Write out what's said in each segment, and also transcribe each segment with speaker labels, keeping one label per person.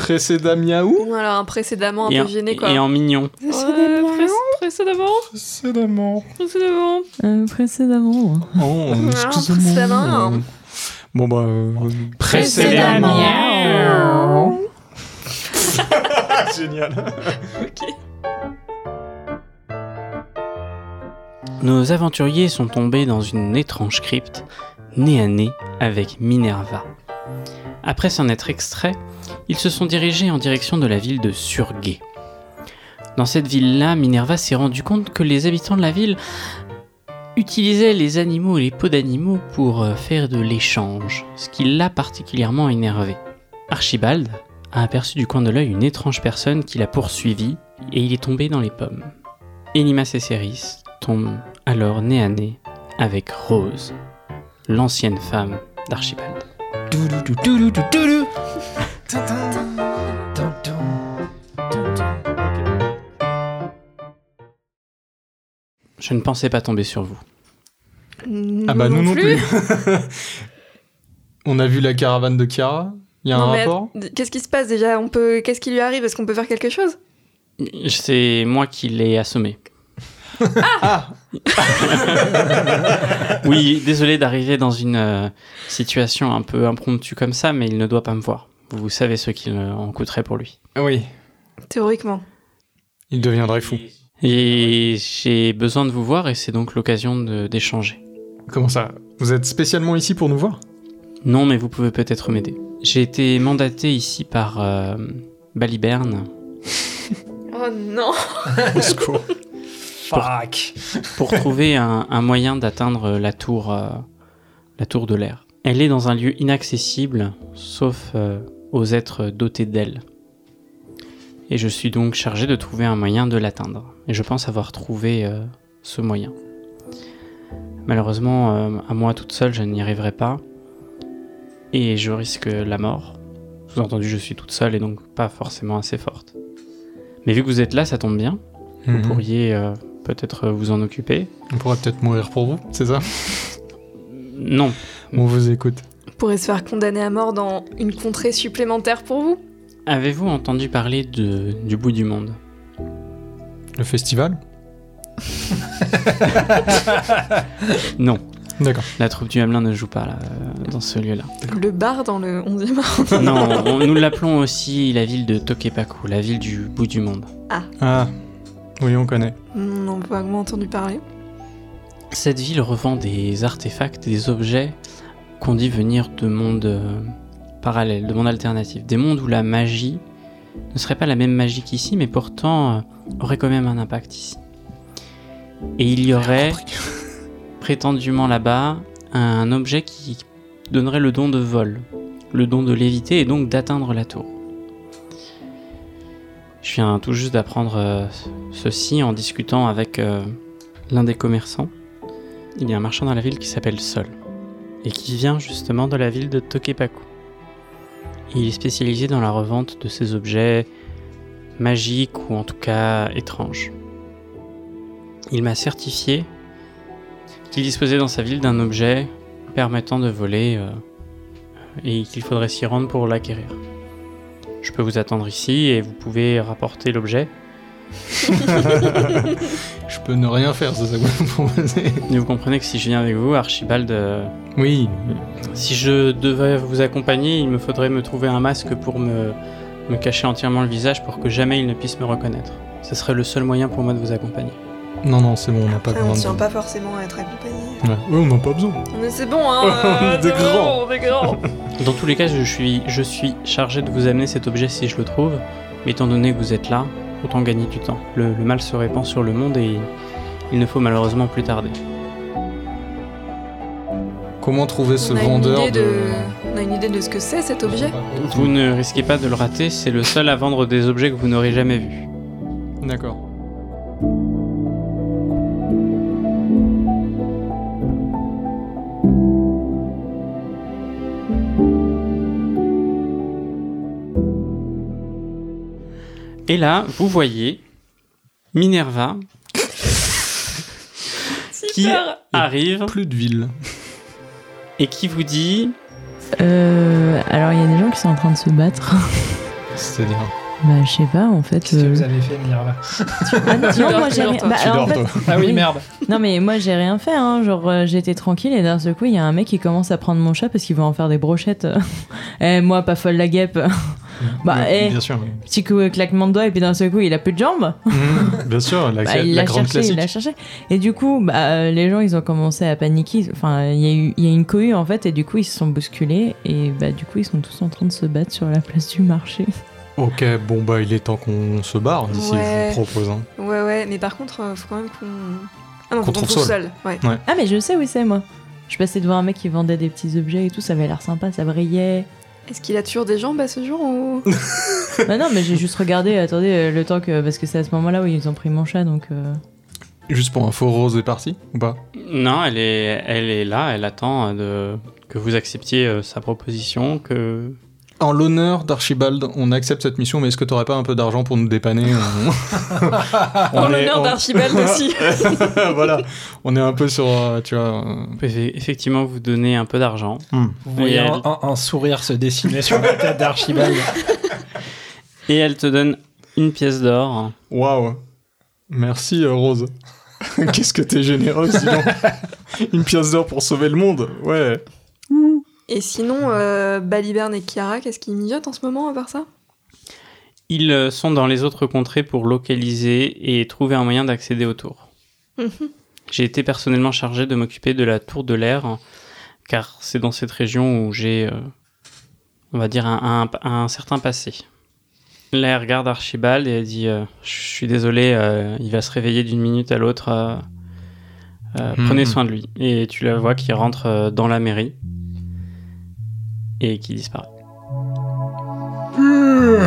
Speaker 1: Précédemment miaou
Speaker 2: Ou alors un précédemment un
Speaker 3: et,
Speaker 2: peu
Speaker 3: en,
Speaker 2: gêné, quoi.
Speaker 3: et en mignon.
Speaker 2: Ouais, Euh, pré- précédemment,
Speaker 1: Précédemment.
Speaker 2: précédemment.
Speaker 4: Euh, précédemment.
Speaker 1: Oh, excusez-moi.
Speaker 2: précédemment.
Speaker 1: Bon bah... euh,
Speaker 3: Précédemment.
Speaker 1: Ah, Génial.
Speaker 3: Nos aventuriers sont tombés dans une étrange crypte, nez à nez avec Minerva. Après s'en être extraits, ils se sont dirigés en direction de la ville de Surgay. Dans cette ville-là, Minerva s'est rendu compte que les habitants de la ville utilisaient les animaux et les peaux d'animaux pour euh, faire de l'échange, ce qui l'a particulièrement énervé. Archibald a aperçu du coin de l'œil une étrange personne qui l'a poursuivi et il est tombé dans les pommes. Enima Cécéris tombe alors nez à nez avec Rose, l'ancienne femme d'Archibald. Je ne pensais pas tomber sur vous.
Speaker 1: Ah bah nous non plus. On a vu la caravane de Chiara. Il y a
Speaker 2: Non,
Speaker 1: un
Speaker 2: mais
Speaker 1: rapport
Speaker 2: att- Qu'est-ce qui se passe déjà On peut, qu'est-ce qui lui arrive Est-ce qu'on peut faire quelque chose
Speaker 3: C'est moi qui l'ai assommé.
Speaker 1: Ah
Speaker 3: Oui, désolé d'arriver dans une euh, situation un peu impromptue comme ça, mais il ne doit pas me voir. Vous savez ce qu'il euh, en coûterait pour lui.
Speaker 1: Oui.
Speaker 2: Théoriquement.
Speaker 1: Il deviendrait fou.
Speaker 3: Et j'ai besoin de vous voir et c'est donc l'occasion de- d'échanger.
Speaker 1: Comment ça Vous êtes spécialement ici pour nous voir
Speaker 3: Non, mais vous pouvez peut-être m'aider. J'ai été mandaté ici par euh, Baliberne
Speaker 2: Oh non.
Speaker 1: Au secours.
Speaker 5: Fuck.
Speaker 3: pour trouver un, un moyen d'atteindre la tour, euh, la tour de l'air. Elle est dans un lieu inaccessible, sauf euh, aux êtres dotés d'elle. Et je suis donc chargé de trouver un moyen de l'atteindre. Et je pense avoir trouvé euh, ce moyen. Malheureusement, euh, à moi toute seule, je n'y arriverai pas. Et je risque la mort. Sous-entendu, je suis toute seule et donc pas forcément assez forte. Mais vu que vous êtes là, ça tombe bien. Vous
Speaker 1: Mhm.
Speaker 3: pourriez euh, peut-être vous en occuper.
Speaker 1: On pourrait peut-être mourir pour vous, c'est ça
Speaker 3: Non,
Speaker 1: On vous écoute.
Speaker 2: On pourrait se faire condamner à mort dans une contrée supplémentaire pour vous.
Speaker 3: Avez-vous entendu parler de, du bout du monde
Speaker 1: Le festival
Speaker 3: Non,
Speaker 1: D'accord.
Speaker 3: la troupe du Hamelin ne joue pas là, euh, dans ce lieu-là.
Speaker 2: Le bar dans le 11e art.
Speaker 3: non, on- nous l'appelons aussi la ville de Tokepaku, la ville du bout du monde.
Speaker 1: Ah. Oui, on connaît.
Speaker 2: On n'a vaguement entendu parler.
Speaker 3: Cette ville revend des artefacts, des objets qu'on dit venir de mondes euh, parallèles, de mondes alternatifs, des mondes où la magie ne serait pas la même magie qu'ici, mais pourtant euh, aurait quand même un impact ici. Et il y aurait prétendument là-bas un objet qui donnerait le don de vol, le don de léviter et donc d'atteindre la tour. Je viens tout juste d'apprendre euh, ceci en discutant avec euh, l'un des commerçants. Il y a un marchand dans la ville qui s'appelle Sol et qui vient justement de la ville de Tokepaku. Il est spécialisé dans la revente de ces objets magiques ou en tout cas étranges. Il m'a certifié qu'il disposait dans sa ville d'un objet permettant de voler euh, et qu'il faudrait s'y rendre pour l'acquérir. Je peux vous attendre ici et vous pouvez rapporter l'objet
Speaker 1: Je peux ne rien faire, c'est ça que vous me proposez
Speaker 3: Mais vous comprenez que si je viens avec vous, Archibald, euh,
Speaker 1: Oui.
Speaker 3: si je devais vous accompagner, il me faudrait me trouver un masque pour me, me cacher entièrement le visage pour que jamais il ne puisse me reconnaître. Ce serait le seul moyen pour moi de vous accompagner.
Speaker 1: Non, non, c'est bon, on n'a Ah, pas
Speaker 2: Après, Ah, on ne
Speaker 1: besoin
Speaker 2: tient
Speaker 1: de...
Speaker 2: pas forcément à être accompagné.
Speaker 1: Ouais. Oui, on n'a pas besoin.
Speaker 2: Mais c'est bon, hein.
Speaker 1: On est
Speaker 2: c'est
Speaker 1: grands.
Speaker 2: bon, on est grands.
Speaker 3: Dans tous les cas, je suis, je suis chargé de vous amener cet objet si je le trouve, mais étant donné que vous êtes là, autant gagner du temps. Le, le mal se répand sur le monde et il ne faut malheureusement plus tarder.
Speaker 1: Comment trouver ce
Speaker 2: on a
Speaker 1: vendeur
Speaker 2: une idée de... On a une idée de ce que c'est cet objet.
Speaker 3: Vous ne risquez pas de le rater, c'est le seul à vendre des objets que vous n'aurez jamais vus.
Speaker 1: D'accord.
Speaker 3: Et là, vous voyez Minerva qui arrive
Speaker 1: Plus de ville.
Speaker 3: et qui vous dit
Speaker 4: Euh, alors, il y a des gens qui sont en train de se battre.
Speaker 1: C'est-à-dire.
Speaker 4: Bah, je sais pas, en fait.
Speaker 5: Qu'est-ce que
Speaker 4: euh,
Speaker 5: vous avez fait, Minerva
Speaker 4: ah, non,
Speaker 2: dors,
Speaker 4: moi
Speaker 2: tu
Speaker 4: j'ai
Speaker 2: dors,
Speaker 4: rien.
Speaker 2: toi.
Speaker 4: bah,
Speaker 1: tu
Speaker 4: alors, en
Speaker 1: dors,
Speaker 4: fait,
Speaker 1: toi.
Speaker 5: Ah oui, merde.
Speaker 4: Non, mais moi j'ai rien fait, hein. Genre, euh, j'étais tranquille et d'un seul coup, il y a un mec qui commence à prendre mon chat parce qu'il veut en faire des brochettes. eh, moi, pas folle la guêpe. Bah,
Speaker 1: Ouais,
Speaker 4: eh.
Speaker 1: Mm. Bien sûr. oui.
Speaker 4: Petit coup, euh, claquement de doigts et puis d'un seul coup, il a plus de jambes.
Speaker 1: Mhm, bien sûr, la,
Speaker 4: Bah,
Speaker 1: cla-
Speaker 4: il
Speaker 1: la
Speaker 4: l'a
Speaker 1: grande
Speaker 4: cherché, il
Speaker 1: classique.
Speaker 4: l'a cherché. Et du coup, bah, euh, les gens, ils ont commencé à paniquer. Enfin, il y, a eu- il y a eu une cohue en fait, et du coup, ils se sont bousculés. Et bah, du coup, ils sont tous en train de se battre sur la place du marché.
Speaker 1: Ok, bon bah il est temps qu'on se barre d'ici,
Speaker 2: Ouais.
Speaker 1: je vous propose. hein.
Speaker 2: Ouais, ouais, mais par contre, euh, faut quand même qu'on. Ah non,
Speaker 1: Qu'on
Speaker 2: faut
Speaker 1: trouve
Speaker 2: qu'on trouve seul. Ouais.
Speaker 4: Ah, mais je sais où c'est, moi. Je passais devant un mec qui vendait des petits objets et tout, ça avait l'air sympa, ça brillait.
Speaker 2: Est-ce qu'il a toujours des jambes à ce jour ou.
Speaker 4: bah non, mais j'ai juste regardé, attendez, euh, le temps que. Parce que c'est à ce moment-là où ils ont pris mon chat, donc. euh,
Speaker 1: Juste pour info, Rose est partie ou pas
Speaker 3: Non, elle est, elle est là, elle attend euh, de, que vous acceptiez euh, sa proposition, que...
Speaker 1: En l'honneur d'Archibald, on accepte cette mission, mais est-ce que t'aurais pas un peu d'argent pour nous dépanner on... Ah, On
Speaker 2: En
Speaker 1: est-
Speaker 2: l'honneur
Speaker 1: on-
Speaker 2: d'Archibald aussi.
Speaker 1: voilà, on est un peu sur, euh, tu vois. euh,
Speaker 3: Vous pouvez effectivement vous donner un peu d'argent.
Speaker 5: Vous voyez
Speaker 3: Et
Speaker 5: un,
Speaker 3: elle-
Speaker 5: un- un sourire se dessiner sur la tête d'Archibald.
Speaker 3: Et elle te donne une pièce d'or.
Speaker 1: Waouh. Merci euh, Rose. Qu'est-ce que t'es généreuse, dis donc. Une pièce d'or pour sauver le monde. Ouais.
Speaker 2: Et sinon, euh, Baliberne et Kiara, qu'est-ce qu'ils mijotent en ce moment à part ça
Speaker 3: Ils euh, sont dans les autres contrées pour localiser et trouver un moyen d'accéder aux tours.
Speaker 2: Mhm.
Speaker 3: J'ai été personnellement chargé de m'occuper de la tour de l'air, car c'est dans cette région où j'ai, euh, on va dire, un, un- un certain passé. Là, elle regarde Archibald et elle dit euh, Je suis désolé, euh, il va se réveiller d'une minute à l'autre. euh, euh,
Speaker 1: Mhm.
Speaker 3: Prenez soin de lui. Et tu la vois qui rentre euh, dans la mairie et qui disparaît.
Speaker 5: Hmm.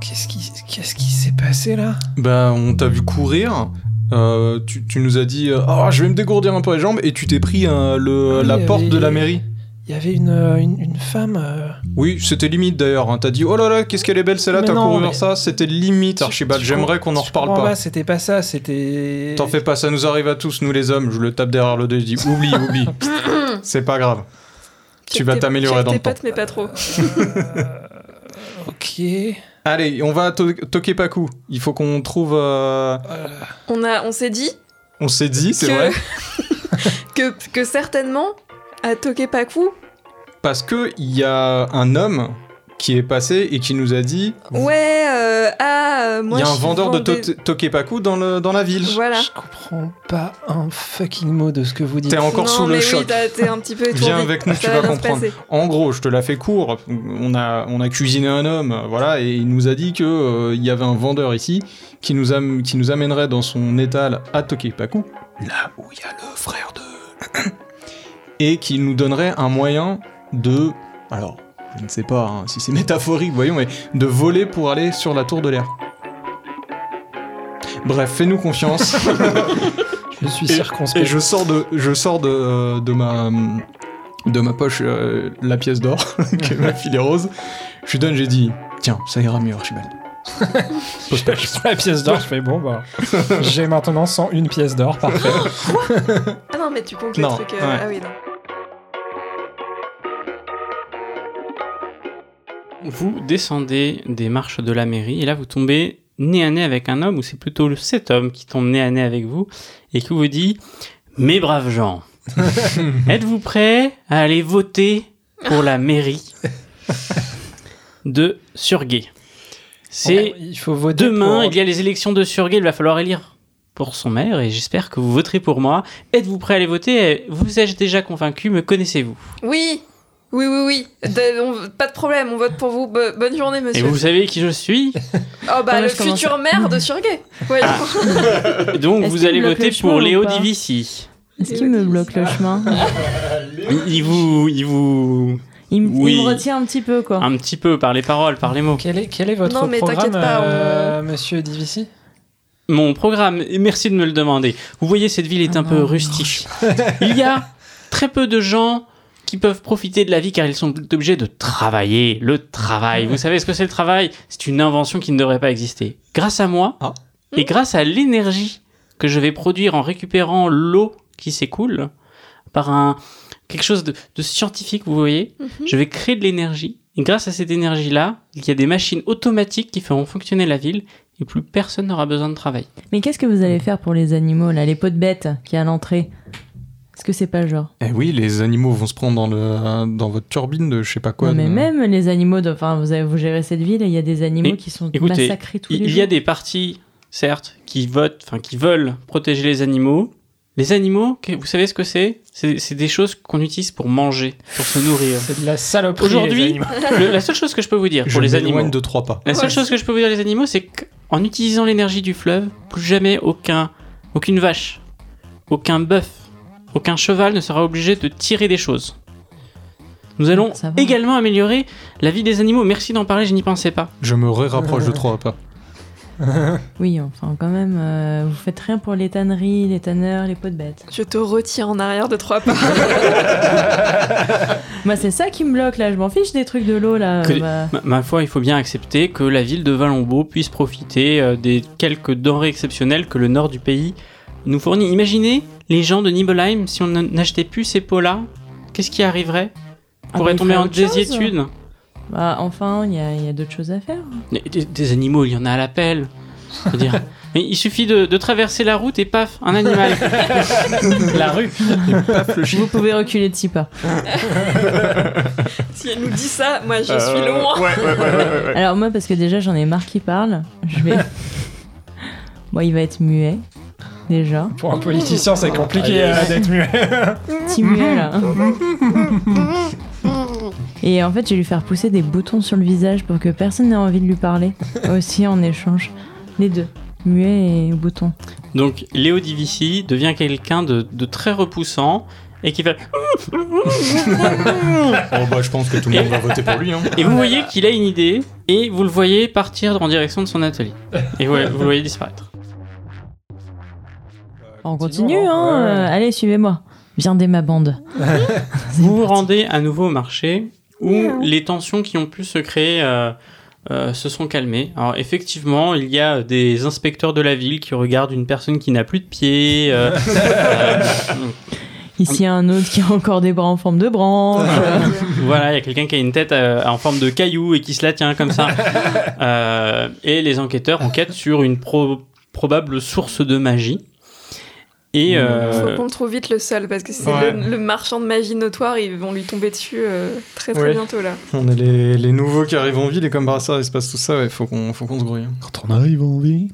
Speaker 5: Qu'est-ce qui qu'est-ce qui s'est passé là
Speaker 1: Bah, on t'a vu courir. euh, tu, tu nous as dit, euh, oh, je vais me dégourdir un peu les jambes, et tu t'es pris euh, le,
Speaker 5: Oui,
Speaker 1: la
Speaker 5: euh,
Speaker 1: porte de
Speaker 5: il-
Speaker 1: la mairie.
Speaker 5: Il y avait une, euh, une, une femme. euh,
Speaker 1: Oui, c'était limite d'ailleurs. hein. T'as dit, oh là là, qu'est-ce qu'elle est belle celle-là,
Speaker 5: Mais
Speaker 1: t'as
Speaker 5: non,
Speaker 1: couru
Speaker 5: mais-
Speaker 1: vers ça. C'était limite,
Speaker 5: tu-
Speaker 1: Archibald.
Speaker 5: tu
Speaker 1: J'aimerais qu'on en
Speaker 5: tu
Speaker 1: reparle
Speaker 5: comprends
Speaker 1: pas.
Speaker 5: C'était pas ça, c'était.
Speaker 1: T'en fais pas, ça nous arrive à tous, nous les hommes. Je le tape derrière le dos, je dis, oublie, oublie. C'est pas grave. Tu
Speaker 2: Check
Speaker 1: vas
Speaker 2: tes-
Speaker 1: t'améliorer
Speaker 2: check
Speaker 1: dans le
Speaker 2: tes potes, mais pas trop.
Speaker 5: Ok.
Speaker 1: Allez, on va à To- Tokepaku. Il faut qu'on trouve. euh,
Speaker 5: euh,
Speaker 2: On, a, on s'est dit
Speaker 1: On s'est dit, c'est
Speaker 2: Que-
Speaker 1: vrai.
Speaker 2: que, que certainement, à Tokepaku,
Speaker 1: Parce que il y a un homme qui est passé et qui nous a dit
Speaker 2: ouais, euh, ah, euh,
Speaker 1: il
Speaker 2: moi
Speaker 1: y a un
Speaker 2: je
Speaker 1: vendeur de
Speaker 2: vendais-
Speaker 1: to- Tokepaku dans, le, dans la ville.
Speaker 2: Voilà.
Speaker 5: Je comprends pas un fucking mot de ce que vous dites.
Speaker 1: T'es encore
Speaker 2: non,
Speaker 1: sous le
Speaker 2: mais
Speaker 1: choc.
Speaker 2: Oui, t'as- t'es un petit peu étourdi.
Speaker 1: Viens avec nous,
Speaker 2: Ça
Speaker 1: tu
Speaker 2: va
Speaker 1: vas
Speaker 2: bien se
Speaker 1: comprendre.
Speaker 2: passer.
Speaker 1: En gros, je te la fais court. On a, on a cuisiné un homme, euh, voilà, et il nous a dit que euh, il y avait un vendeur ici qui nous, am- qui nous amènerait dans son étal à Tokepaku,
Speaker 5: Ah,
Speaker 1: là où il y a le frère de, et qui nous donnerait un moyen de, alors, je ne sais pas hein, si c'est métaphorique, voyons, mais de voler pour aller sur la tour de l'air. Bref, fais-nous confiance.
Speaker 5: Je suis
Speaker 1: Et-
Speaker 5: circonspect.
Speaker 1: Et je sors de, je sors de, euh, de ma de ma poche euh, la pièce d'or que m'a filée Rose. Je lui donne, j'ai dit, tiens, ça ira mieux, Archibald. Pose pas de
Speaker 5: Je
Speaker 1: questions.
Speaker 5: prends la pièce d'or, je fais bon, bah. J'ai maintenant 101 pièces d'or, parfait.
Speaker 2: Ah non, mais tu comptes les
Speaker 1: Non,
Speaker 2: trucs. euh,
Speaker 1: ouais.
Speaker 2: Ah oui, non.
Speaker 3: Vous descendez des marches de la mairie et là vous tombez nez à nez avec un homme, ou c'est plutôt cet homme qui tombe nez à nez avec vous et qui vous dit Mes braves gens, êtes-vous prêts à aller voter pour la mairie de Surgay C'est
Speaker 5: il faut voter.
Speaker 3: demain,
Speaker 5: pour-
Speaker 3: il y a les élections de Surgay, il va falloir élire pour son maire et j'espère que vous voterez pour moi. Êtes-vous prêts à aller voter Vous ai-je déjà convaincu Me connaissez-vous
Speaker 2: Oui, oui, oui, oui. De- on- pas de problème, on vote pour vous. Bo- bonne journée,
Speaker 3: Et
Speaker 2: monsieur.
Speaker 3: vous savez qui je suis
Speaker 2: Oh bah,
Speaker 4: Moi,
Speaker 2: le
Speaker 4: Ah, je commence
Speaker 2: futur maire de Surgay. Ouais.
Speaker 3: Donc
Speaker 4: Est-ce
Speaker 3: vous
Speaker 4: qu'il
Speaker 3: allez
Speaker 4: bloque le
Speaker 3: voter
Speaker 4: chemin
Speaker 3: pour
Speaker 4: ou
Speaker 3: Léo
Speaker 4: pas
Speaker 3: Divici.
Speaker 4: Est-ce qu'il me
Speaker 2: Elodie,
Speaker 4: bloque le chemin
Speaker 3: Il il vous, il vous,
Speaker 4: il, me- il
Speaker 3: Oui.
Speaker 4: me retient un petit peu, quoi.
Speaker 3: un petit peu par les paroles, par les mots.
Speaker 5: Quel est, quel est votre
Speaker 2: Non, mais
Speaker 5: programme,
Speaker 2: t'inquiète pas, on-
Speaker 5: euh, monsieur Divici
Speaker 3: Mon programme, et merci de me le demander. Vous voyez, cette ville est
Speaker 4: Ah
Speaker 3: un
Speaker 4: non,
Speaker 3: peu
Speaker 4: non,
Speaker 3: rustique. Il y a très peu de gens qui peuvent profiter de la vie car ils sont obligés de travailler. Le travail. Vous savez ce que c'est le travail C'est une invention qui ne devrait pas exister. Grâce à moi
Speaker 1: Ah.
Speaker 3: et grâce à l'énergie que je vais produire en récupérant l'eau qui s'écoule par un quelque chose de, de scientifique, vous voyez,
Speaker 2: Mhm.
Speaker 3: je vais créer de l'énergie Et grâce à cette énergie-là, il y a des machines automatiques qui feront fonctionner la ville et plus personne n'aura besoin de travail.
Speaker 4: Mais qu'est-ce que vous allez faire pour les animaux, là, les pots de bêtes qui est à l'entrée Est-ce que c'est pas le genre
Speaker 1: Eh oui, les animaux vont se prendre dans, le, dans votre turbine de je sais pas quoi.
Speaker 4: Non, Mais
Speaker 1: de-
Speaker 4: même les animaux, de- enfin, vous, avez- vous gérez cette ville et il y a des animaux
Speaker 3: Et-
Speaker 4: qui sont
Speaker 3: écoutez,
Speaker 4: massacrés tous
Speaker 3: Il,
Speaker 4: les
Speaker 3: il
Speaker 4: jours.
Speaker 3: y a des partis, certes, qui votent, enfin qui veulent protéger les animaux. Les animaux, que- vous savez ce que c'est C'est c'est des choses qu'on utilise pour manger, pour se nourrir.
Speaker 5: C'est de la saloperie.
Speaker 3: Aujourd'hui,
Speaker 5: les animaux.
Speaker 3: Le- la seule chose que je peux vous dire
Speaker 1: Je
Speaker 3: pour les
Speaker 1: m'éloigne
Speaker 3: animaux,
Speaker 1: de trois pas.
Speaker 3: la seule
Speaker 2: Ouais.
Speaker 3: chose que je peux vous dire les animaux, c'est qu'en utilisant l'énergie du fleuve, plus jamais aucun, aucune vache, aucun bœuf, aucun cheval ne sera obligé de tirer des choses. Nous allons
Speaker 4: Ah, Ça va.
Speaker 3: également améliorer la vie des animaux. Merci d'en parler, je n'y pensais pas.
Speaker 1: Je me ré-rapproche de trois pas.
Speaker 4: Oui, enfin, quand même, euh, vous faites rien pour les tanneries, les tanneurs, les pots de bêtes.
Speaker 2: Je te retire en arrière de trois pas.
Speaker 4: Moi, c'est ça qui me bloque, là. Je m'en fiche des trucs de l'eau, là.
Speaker 3: Que-
Speaker 4: bah.
Speaker 3: Ma, ma foi, il faut bien accepter que la ville de Valombo puisse profiter euh, des quelques denrées exceptionnelles que le nord du pays nous fournit. Imaginez les gens de Nibelheim, si on n'achetait plus ces pots-là, qu'est-ce qui arriverait
Speaker 4: Ah,
Speaker 3: Pourrait
Speaker 4: mais il
Speaker 3: tomber
Speaker 4: ferait
Speaker 3: en
Speaker 4: autre chose.
Speaker 3: désuétude
Speaker 4: Bah, enfin, il y a, il y a d'autres choses à faire.
Speaker 3: Mais Des, des animaux, il y en a à l'appel. Je veux dire, mais il suffit de, de traverser la route et paf, un animal.
Speaker 5: La rue.
Speaker 4: Vous pouvez reculer de six pas.
Speaker 2: si elle nous dit ça, moi je suis
Speaker 1: Euh,
Speaker 2: loin.
Speaker 4: Alors, moi, parce que déjà, j'en ai marre qu'il parle. Je vais. bon, il va être muet, déjà.
Speaker 5: Pour un politicien, c'est compliqué euh, d'être muet.
Speaker 4: Petit muet, là. Et en fait, je vais lui faire pousser des boutons sur le visage pour que personne n'ait envie de lui parler. Aussi, en échange. Les deux. Muet et bouton.
Speaker 3: Donc Léo Divici devient quelqu'un de, de très repoussant et qui va...
Speaker 1: Oh bah je pense que tout le monde va voter pour lui. Hein.
Speaker 3: Et
Speaker 4: Oh
Speaker 3: vous voyez qu'il a une idée, et vous le voyez partir en direction de son atelier. Et vous, vous le voyez disparaître.
Speaker 4: On continue, hein euh, Allez, suivez-moi. Viens dès ma bande.
Speaker 3: Vous vous rendez à nouveau au marché, où les tensions qui ont pu se créer euh, euh, se sont calmées. Alors effectivement, il y a des inspecteurs de la ville qui regardent une personne qui n'a plus de pieds. euh, euh,
Speaker 4: Ici, un autre qui a encore des bras en forme de branche.
Speaker 3: voilà, il y a quelqu'un qui a une tête euh, en forme de caillou et qui se la tient comme ça. Euh, et les enquêteurs enquêtent sur une pro- probable source de magie. Et
Speaker 2: Faut
Speaker 3: euh,
Speaker 2: qu'on le trouve vite le seul parce que c'est
Speaker 1: Ouais.
Speaker 2: le, le marchand de magie notoire, ils vont lui tomber dessus euh, très très
Speaker 1: Ouais.
Speaker 2: bientôt là.
Speaker 1: On a les, les nouveaux qui arrivent en ville et comme par ça il se passe tout ça, ouais, faut qu'on faut qu'on se grouille. hein.
Speaker 6: Quand on arrive en vie.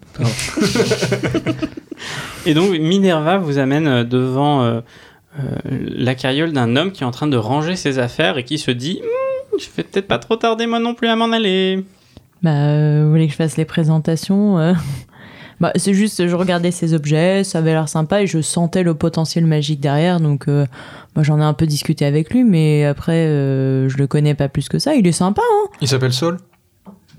Speaker 3: Et donc Minerva vous amène euh, devant euh, euh, la carriole d'un homme qui est en train de ranger ses affaires et qui se dit Hmm, Je vais peut-être pas trop tarder moi non plus à m'en aller.
Speaker 4: Bah, euh, vous voulez que je fasse les présentations euh Bah, c'est juste, je regardais ces objets, ça avait l'air sympa et je sentais le potentiel magique derrière. Donc, euh, moi, j'en ai un peu discuté avec lui, mais après, euh, je le connais pas plus que ça. Il est sympa, hein
Speaker 1: Il s'appelle Sol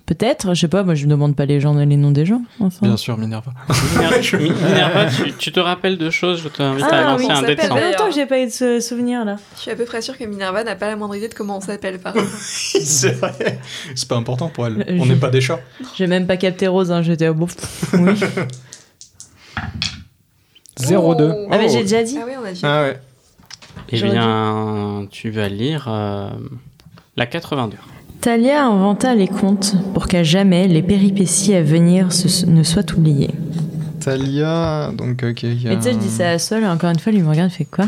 Speaker 4: peut-être. Je sais pas, moi, je ne demande pas les gens, les noms des gens. Enfin.
Speaker 1: Bien sûr, Minerva.
Speaker 3: Miner- Mi- Minerva, tu, tu te rappelles de choses, je t'invite
Speaker 4: Ah,
Speaker 3: à lancer
Speaker 4: oui,
Speaker 3: un
Speaker 2: ça
Speaker 3: dé de
Speaker 2: s'appelle
Speaker 3: cent.
Speaker 2: Bien. D'ailleurs.
Speaker 4: j'ai pas eu de ce souvenir là.
Speaker 2: Je suis à peu près sûre que Minerva n'a pas la moindre idée de comment on s'appelle par exemple.
Speaker 1: C'est vrai. C'est pas important pour elle.
Speaker 4: Euh,
Speaker 1: On
Speaker 4: je-
Speaker 1: n'est pas des chats.
Speaker 4: J'ai même pas capté Rose, hein, j'étais au bout. Oui.
Speaker 5: 0-2.
Speaker 2: Oh.
Speaker 4: Ah, mais j'ai déjà dit.
Speaker 2: Ah oui, on a dit.
Speaker 1: Ah ouais.
Speaker 3: Eh
Speaker 4: J'aurais
Speaker 3: bien, tu vas lire euh, la 82.
Speaker 4: Talia inventa les contes pour qu'à jamais les péripéties à venir se- ne soient oubliées.
Speaker 1: Talia, donc ok. il y a-
Speaker 4: Mais tu sais, je dis ça à Sol, et encore une fois, lui me regarde, il fait quoi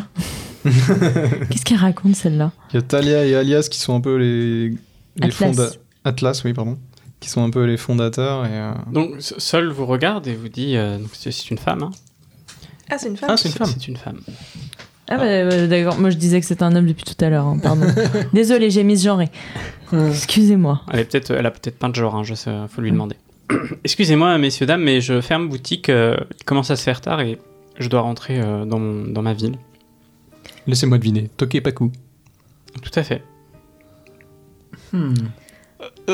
Speaker 4: Qu'est-ce qu'elle raconte celle-là
Speaker 1: Il y a Talia et Alias qui sont un peu les, les
Speaker 4: Atlas.
Speaker 1: fonda- Atlas, oui, pardon. Qui sont un peu les fondateurs et. euh,
Speaker 3: Donc Sol vous regarde et vous dit euh, donc, C'est c'est une femme. hein.
Speaker 2: Ah, c'est une femme.
Speaker 1: Ah, c'est une femme.
Speaker 3: C'est une femme.
Speaker 4: Ah, bah, bah, d'accord, moi je disais que c'était un homme depuis tout à l'heure, hein, pardon. Désolée, j'ai misgenré.
Speaker 5: Ah
Speaker 4: Excusez-moi.
Speaker 3: Elle, est peut-être, elle a peut-être pas de genre, hein, je sais, faut
Speaker 2: Mm.
Speaker 3: lui demander. Excusez-moi, messieurs, dames, mais je ferme boutique. euh, il commence à se faire tard et je dois rentrer euh, dans, mon- dans ma ville.
Speaker 1: Laissez-moi deviner. Toké Paku.
Speaker 3: Tout à fait.
Speaker 1: Euh,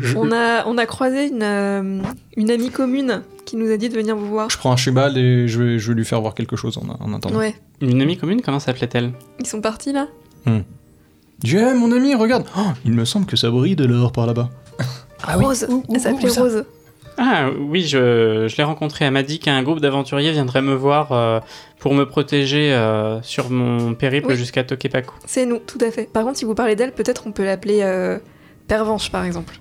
Speaker 1: je,
Speaker 4: Oh.
Speaker 2: On a, on a croisé une, euh, une amie commune qui nous a dit de venir vous voir.
Speaker 1: je prends un cheval et je vais, je vais lui faire voir quelque chose en, en attendant.
Speaker 2: Ouais.
Speaker 3: Une amie commune, comment s'appelait-elle
Speaker 2: Ils sont partis là
Speaker 1: Dieu, mon
Speaker 5: Ah
Speaker 1: ami, regarde Oh, Il me semble que ça brille de l'or par là-bas.
Speaker 2: Rose. Elle s'appelait Rose.
Speaker 3: Ah oui, je, je l'ai rencontré. Elle m'a dit qu'un groupe d'aventuriers viendrait me voir euh, pour me protéger euh, sur mon périple
Speaker 2: Oui.
Speaker 3: jusqu'à Tokepaku.
Speaker 2: C'est nous, tout à fait. Par contre, si vous parlez d'elle, peut-être on peut l'appeler euh, Pervenche, par exemple.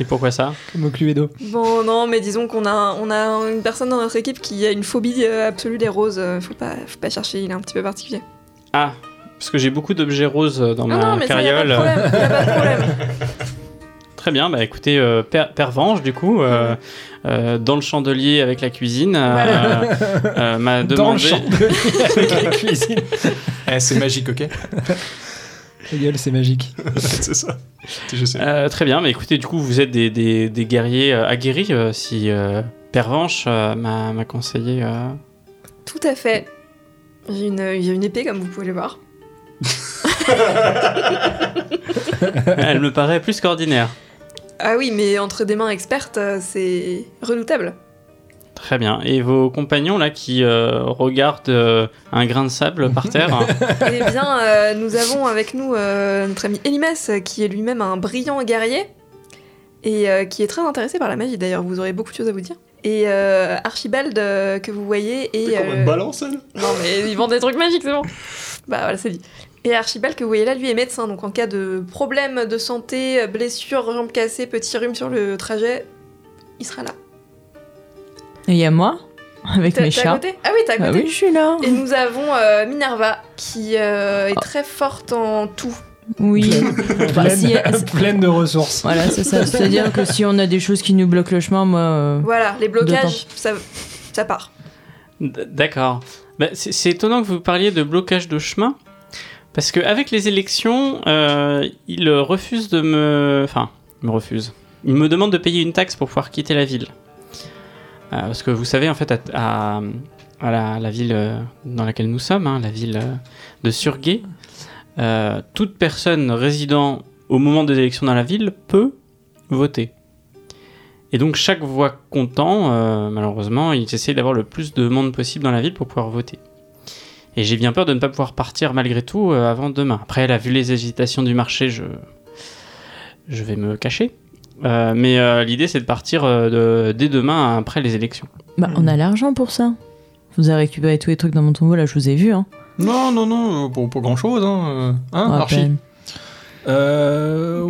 Speaker 3: Et pourquoi ça
Speaker 5: Comme au Cluedo.
Speaker 2: Bon, non, mais disons qu'on a, on a une personne dans notre équipe qui a une phobie euh, absolue des roses. Euh, Faut pas, faut pas chercher, il est un petit peu particulier.
Speaker 3: Ah, parce que j'ai beaucoup d'objets roses euh, dans
Speaker 2: non,
Speaker 3: ma
Speaker 2: Ah non, mais ça, y a pas
Speaker 3: carriole.
Speaker 2: de problème. y a pas de problème.
Speaker 3: Très bien, bah écoutez, euh, Per- Pervenche, du coup, euh, euh, dans le chandelier avec la cuisine, euh, euh, m'a
Speaker 5: Dans
Speaker 3: demandé.
Speaker 5: le chandelier avec la cuisine.
Speaker 1: Eh, c'est magique, ok
Speaker 5: Ta gueule, c'est magique.
Speaker 1: C'est ça. Je sais.
Speaker 3: Euh, très bien, mais écoutez, du coup, vous êtes des, des- des guerriers euh, aguerris euh, si euh, Pervenche euh, m'a m'a conseillé. euh,
Speaker 2: Tout à fait. J'ai une, j'ai une épée, comme vous pouvez le voir.
Speaker 3: Elle me paraît plus qu'ordinaire.
Speaker 2: Ah oui, mais entre des mains expertes, euh, c'est redoutable.
Speaker 3: Très bien. Et vos compagnons là qui euh, regardent euh, un grain de sable par terre
Speaker 2: Eh bien, euh, nous avons avec nous euh, notre ami Elimas, euh, qui est lui-même un brillant guerrier et euh, qui est très intéressé par la magie d'ailleurs. Vous aurez beaucoup de choses à vous dire. Et euh, Archibald, euh, que vous voyez, et. euh,
Speaker 1: balance, elle
Speaker 2: non, mais ils vendent des trucs magiques, c'est bon. Bah voilà, c'est dit. Et Archibald, que vous voyez là, lui est médecin, donc en cas de problème de santé, euh, blessure, jambe cassée, petit rhume sur le trajet, il sera là.
Speaker 4: Et il y a moi, avec
Speaker 2: T'as-
Speaker 4: mes
Speaker 2: t'es à
Speaker 4: chats.
Speaker 2: côté Ah oui, t'es à
Speaker 4: Ah
Speaker 2: côté.
Speaker 4: oui, je suis là.
Speaker 2: Et nous avons euh, Minerva, qui euh,
Speaker 4: Ah.
Speaker 2: est très forte en tout.
Speaker 4: Oui. Bah,
Speaker 5: Pleine,
Speaker 4: si
Speaker 2: euh,
Speaker 4: elle-
Speaker 5: pleine de ressources.
Speaker 4: Voilà, c'est ça. C'est-à-dire que si on a des choses qui nous bloquent le chemin, moi. euh,
Speaker 2: Voilà, les blocages, ça, ça part.
Speaker 3: D- D'accord. Bah, c'est c'est étonnant que vous parliez de blocage de chemin, parce que avec les élections, euh, ils refusent de me, enfin, ils me refusent. Ils me demandent de payer une taxe pour pouvoir quitter la ville, Euh, parce que vous savez en fait à, à- à la, la ville euh, dans laquelle nous sommes, hein, la ville euh, de Surguet, euh, toute personne résidant au moment des élections dans la ville peut voter. Et donc chaque voix comptant, euh, malheureusement, ils essayent d'avoir le plus de monde possible dans la ville pour pouvoir voter. Et j'ai bien peur de ne pas pouvoir partir malgré tout euh, avant demain. Après, elle a vu les agitations du marché, je, je vais me cacher. Euh, mais euh, l'idée, c'est de partir euh, de- dès demain après les élections.
Speaker 4: Bah, on a l'argent pour ça. Vous avez récupéré tous les trucs dans mon tombeau, là, je vous ai vu. Hein. Ah,
Speaker 1: Non, non, non, pour, pour grand chose, hein. euh, Hein,
Speaker 4: À
Speaker 1: Archie
Speaker 2: ben.
Speaker 4: peine.
Speaker 1: Euh.